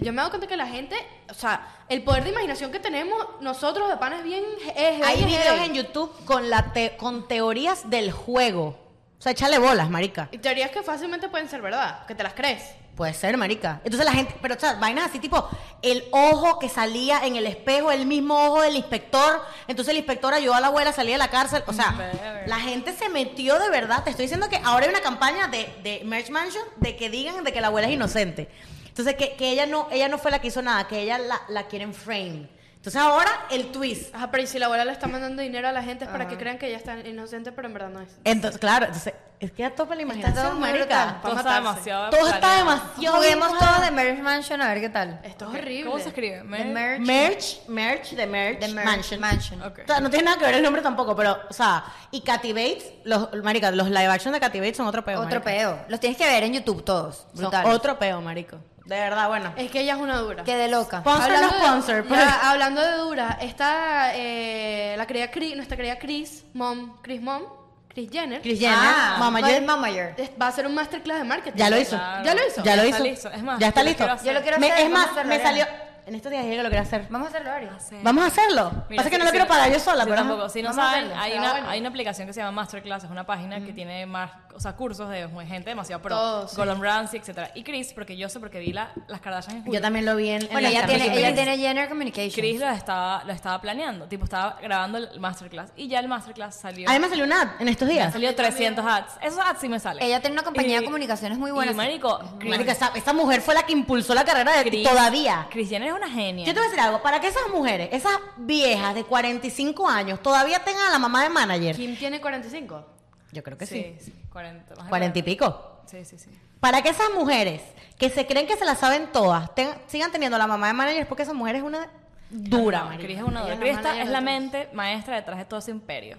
Yo me doy cuenta que la gente, o sea, el poder de imaginación que tenemos nosotros de pan es bien. Es,
Hay
es
videos
heavy.
en YouTube con, la te- con teorías del juego. O sea, échale bolas, marica.
Y Teorías que fácilmente pueden ser verdad, que te las crees.
Puede ser, marica. Entonces la gente, pero o sea, vainas así tipo el ojo que salía en el espejo, el mismo ojo del inspector. Entonces el inspector ayudó a la abuela a salir de la cárcel. O sea,
Verga.
la gente se metió de verdad. Te estoy diciendo que ahora hay una campaña de, de Merch Mansion de que digan de que la abuela es inocente. Entonces que, que ella no, ella no fue la que hizo nada, que ella la, la quieren frame. Entonces ahora el twist.
Ajá, pero y si la abuela le está mandando dinero a la gente es para que crean que ella está inocente, pero en verdad no es.
Entonces, claro, entonces, es que ya topa la
todo
imaginación,
muy
marica.
brutal.
Todo
para
está
matarse.
demasiado.
Todo está
planeado.
demasiado. bien
Juguemos
cuadrado.
todo de Marriage Mansion a ver qué tal.
Esto es horrible.
¿Cómo se escribe?
The Merch.
Merch, merch, de merch,
The Merch
mansion.
Mansion.
Ok.
O sea, no tiene nada que ver el nombre tampoco, pero, o sea, y Katy Bates, los, marica, los live action de Katy Bates son otro peo.
Otro
marica.
peo. Los tienes que ver en YouTube todos.
Son
Brutal.
otro peo, marico. De verdad, bueno.
Eh,
Es que ella es una dura.
Qué de loca.
Sponsor no
Hablando de-
sponsor,
ya,
pues.
hablando de dura, está eh, la querida Cri- nuestra querida Chris, mom, Chris mom, Chris Jenner,
Chris Jenner, Mama
Ah, Mama-
Jen.
Mamager.
es- va a hacer un masterclass de marketing.
Ya lo hizo.
Claro.
Ya lo hizo.
Ya lo
está
hizo.
listo. Es más,
ya está
yo lo
listo.
quiero hacer.
Yo lo quiero
Me-
hacer,
es
vamos
más,
a hacerlo,
me
Ariana.
salió. En estos días dije que lo quería hacer.
Vamos a hacerlo, Ari.
Vamos a hacerlo. Pasa que no lo quiero pagar yo sola, pero. ajá.
tampoco. Si no
Vamos a
saben,
hacerlo,
hay
será
una,
bueno.
hay una aplicación que se llama Masterclass, es una página
Mm.
que tiene más, o sea, cursos de gente demasiado pro.
Todo, sí.
Gordon Ramsay, etcétera. Y Chris, porque yo sé porque vi la, las Kardashian en
Yo
julio.
también lo vi en. en
Bueno,
la
ella
Champions
tiene,
League.
ella tiene Jenner Communications.
Chris lo estaba, lo estaba planeando, tipo estaba grabando el masterclass y ya el masterclass salió.
A mí me salió una ad en estos
Me han
días.
salido 300 ads. Esos ads sí me salen.
Ella tiene una compañía de comunicaciones muy buena,
Y
sí.
marico,
Marica, esa, esa mujer fue la que impulsó la carrera de
Chris-
todavía.
Chris Jenner es una genia.
Yo te voy a decir algo, para que esas mujeres, esas viejas de 45 años, todavía tengan a la mamá de manager.
Kim tiene 45.
Yo creo que sí.
sí, sí, 40, más de
40 y pico.
Sí, sí, sí.
Para que esas mujeres que se creen que se las saben todas tengan- sigan teniendo a la mamá de manager es porque esa mujer es una dura,
No,
marica.
Chris es una
Ella
dura.
es la
Chris está-
manager
es
de
la
todos.
mente maestra detrás de todo ese imperio.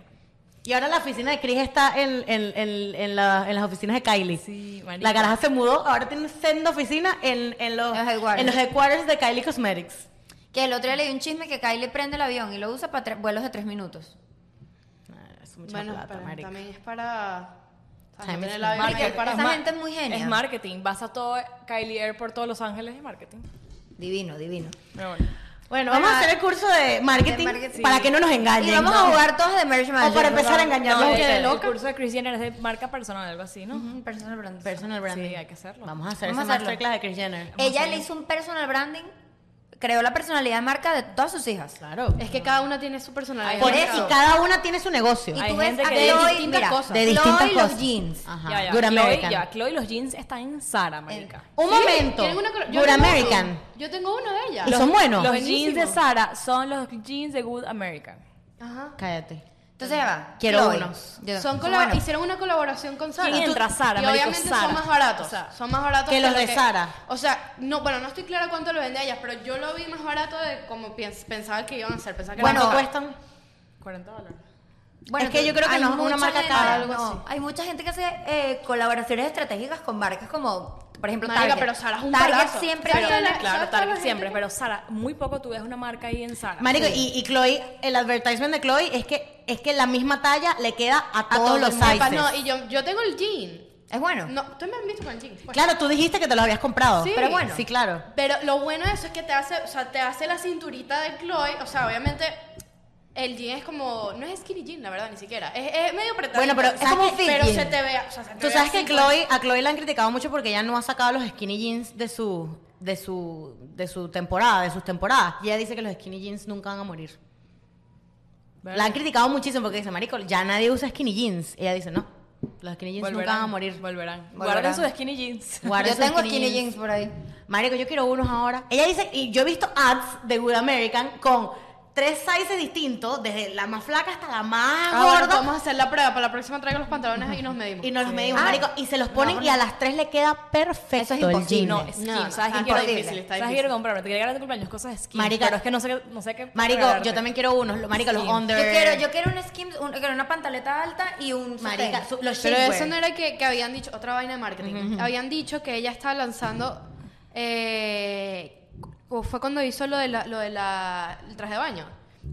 Y ahora la oficina de Chris está en, en- en- en la- en las oficinas de Kylie.
Sí, marica.
la garaja se mudó, ahora tiene senda oficina en, en los,
Los headquarters.
en los headquarters de Kylie Cosmetics.
Que el otro día leí un chisme que Kylie prende el avión y lo usa para tre- vuelos de tres minutos.
Es mucha
Bueno,
plata,
pero
marica.
también es para... o sea,
Time
no
is
tener la vida
money.
ahí para-
Esa
ma-
gente es muy genia.
Es marketing. Vas a todo Kylie Airport, todos Los Ángeles, es marketing.
Divino, divino.
Pero bueno.
Bueno, vamos a
Ajá.
hacer el curso de marketing,
De marketing.
para que no nos engañen.
Y vamos
¿no?
a jugar todos de Merge Magic.
O para empezar a
No,
engañarnos.
el-
que de
el,
loca.
curso de Chris Jenner es de marca personal, algo así, ¿no?
Ujú, Personal branding.
Personal branding.
Sí, hay que hacerlo.
Vamos a hacer
Vamos
esa
a hacerlo.
masterclass de Chris Jenner.
Ella le hizo un personal branding, creó la personalidad de marca de todas sus hijas.
Claro.
Es que cada una tiene su personalidad.
Por
Hay
eso,
mercado.
y cada una tiene su negocio.
Y
Hay
tú ves
gente
a
que- de
Chloe,
distintas
mira,
cosas.
De distintas
Chloe
cosas.
los jeans.
Ajá.
Ya, ya.
Good
Chloe-
American. Eh,
ya, Chloe, los jeans están en Zara, marica.
Un
Sí,
momento.
tienen una colo- yo
Good
tengo uno.
American.
Yo tengo uno de ellas.
Y son buenos.
Los
Buenísimo.
jeans de Sara son los jeans de Good American.
Ajá.
Cállate.
Entonces ya va.
Quiero
Chloe.
unos.
Yo-
Son colab-
bueno.
Hicieron una colaboración con Sara.
¿Quién
Y tú-
entra? Zara,
Y
marico,
obviamente
Zara.
son más baratos.
Zara.
Son más baratos
Que los de Zara.
O sea, no, bueno, no estoy clara cuánto lo vendía ellas, pero yo lo vi más barato de como piens- pensaba que iban a ser. Pensaba que
¿Cuánto
eran más
cuestan?
40 dólares.
Es que yo creo que
hay
no es una
mucha
marca
gente-
cara,
algo
no,
así.
Hay mucha gente que hace eh, colaboraciones estratégicas con marcas como, por ejemplo,
Marica,
Target.
pero Zara es un
Target
balazo.
siempre
Pero-
tiene-
¿sabes toda
Claro,
la
Target
gente
siempre,
que-
pero Sara, muy poco tú ves una marca ahí en Sara.
Marico, y, y Chloe, el advertisement de Chloe es que es que la misma talla le queda a,
A
todos los
mundo.
sizes.
No, y yo, yo tengo el jean.
Es bueno.
No, tú me has visto con jeans. pues.
Claro, tú dijiste que te los habías comprado.
Sí.
Pero bueno. Sí, claro.
Pero lo bueno de eso es que te hace, o sea, te hace la cinturita de Chloe. O sea, obviamente el jean es como, no es skinny jean, la verdad, ni siquiera. Es, es medio apretado.
Bueno, pero ¿sabes
como
qué?
fit Pero
jean.
se te ve, o sea, se te
Tú
ve
sabes que
así,
Chloe, a Chloe la han criticado mucho porque ella no ha sacado los skinny jeans de su, de su, de su temporada, de sus temporadas. Y ella dice que los skinny jeans nunca van a morir.
¿Ves?
La han criticado muchísimo porque dice, marico, ya nadie usa skinny jeans. Ella dice, no, los skinny jeans nunca
Volverán,
van a morir.
Volverán.
Volverán.
Guarden sus skinny jeans.
Guarda
yo
esos
tengo skinny jeans por ahí.
Marico, yo quiero unos ahora. Ella dice, y yo he visto ads de Good American con tres sizes distintos, desde la más flaca hasta la más
Ah, bueno,
gorda.
vamos a hacer la prueba. Para la próxima traigo los pantalones y nos medimos.
y nos los medimos,
Ah,
marico, y se los ponen y a las tres le queda perfecto
Eso es
el
imposible.
jean.
No, skin.
No, no,
¿Sabes
está
qué quiero?
imposible,
está
¿Sabes qué
difícil.
quiero comprarme? Te quiero regalar de cumpleaños cosas skin.
Marica.
Pero es que no sé, qué- no sé qué.
Marico,
regalarte.
yo también quiero unos, lo- marico, los
Sí.
under.
Yo quiero, yo quiero un skims, un- quiero una pantaleta alta y un
Marica,
sostén.
su- los
Pero
shapewear.
eso no era que, que habían dicho, otra vaina de marketing. Habían dicho que ella estaba lanzando. eh, cu- fue cuando hizo lo de la, lo de la- el traje de baño.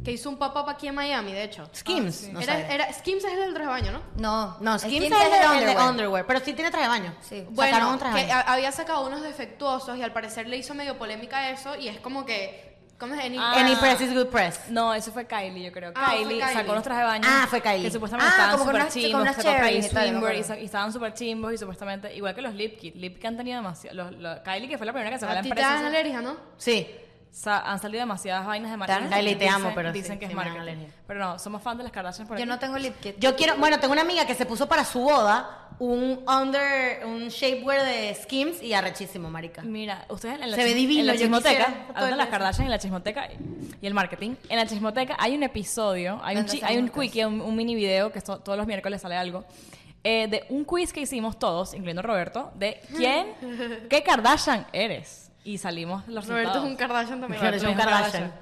Que hizo un pop-up aquí en Miami, de hecho.
Skims, no
era,
sabe.
era, Skims es el del traje de baño, ¿no?
No,
No, Skims,
skims
es Ah, el de
el
underwear.
underwear.
pero sí tiene traje de baño.
Sí.
Sacaron
Bueno,
un traje de
que
baño.
a- había sacado unos defectuosos y al parecer le hizo medio polémica eso y es como que... ¿Cómo es? Any-
Ah.
Any press is good press.
No, eso fue Kylie, yo creo.
Ah, fue
Kylie,
Kylie.
sacó los trajes de baño.
Ah, fue Kylie.
Que supuestamente
Ah,
estaban
como con
súper
unas- con
chimbos.
unas
Fue con Kylie
cherries y tal, me
Swimmer y,
acuerdo.
sa- y estaban súper chimbos y supuestamente, igual que los Lip Kit. Lip Kit han tenido demasiado. los- los- Kylie, que fue la primera que sacó la
A ti te
empresa.
dan
esa-
alergia, ¿no?
Sí.
sa- han salido demasiadas vainas de marketing.
Kylie, te
Dicen-
amo, pero
Dicen
sí,
que
sí
es
me dan
marketing.
alergia.
Pero no, somos fans de las Kardashian por
Yo
aquí.
no tengo lip kit.
Yo quiero, bueno, tengo una amiga que se puso para su boda un under, un shapewear de Skims y arrechísimo, marica.
Mira, ustedes en la,
Se ve
chism-
divino,
en la
yo
chismoteca,
quisiera todo
hablando de
el
las
día.
Kardashian en la chismoteca y el marketing, en la chismoteca hay un episodio, hay un,
Donde
chi-
hacemos
hay un
cosas.
quickie, un, un mini video que esto- todos los miércoles sale algo, eh, de un quiz que hicimos todos, incluyendo Roberto, de quién, qué Kardashian eres. Y salimos los
Roberto es
resultados.
un Kardashian también.
Roberto es un Kardashian.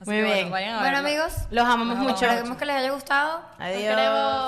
Así
Muy
que,
bien.
vayan a
Bueno,
verlo.
amigos,
Los amamos
Nos
mucho.
amamos.
esperemos que les haya gustado.
Adiós.
queremos.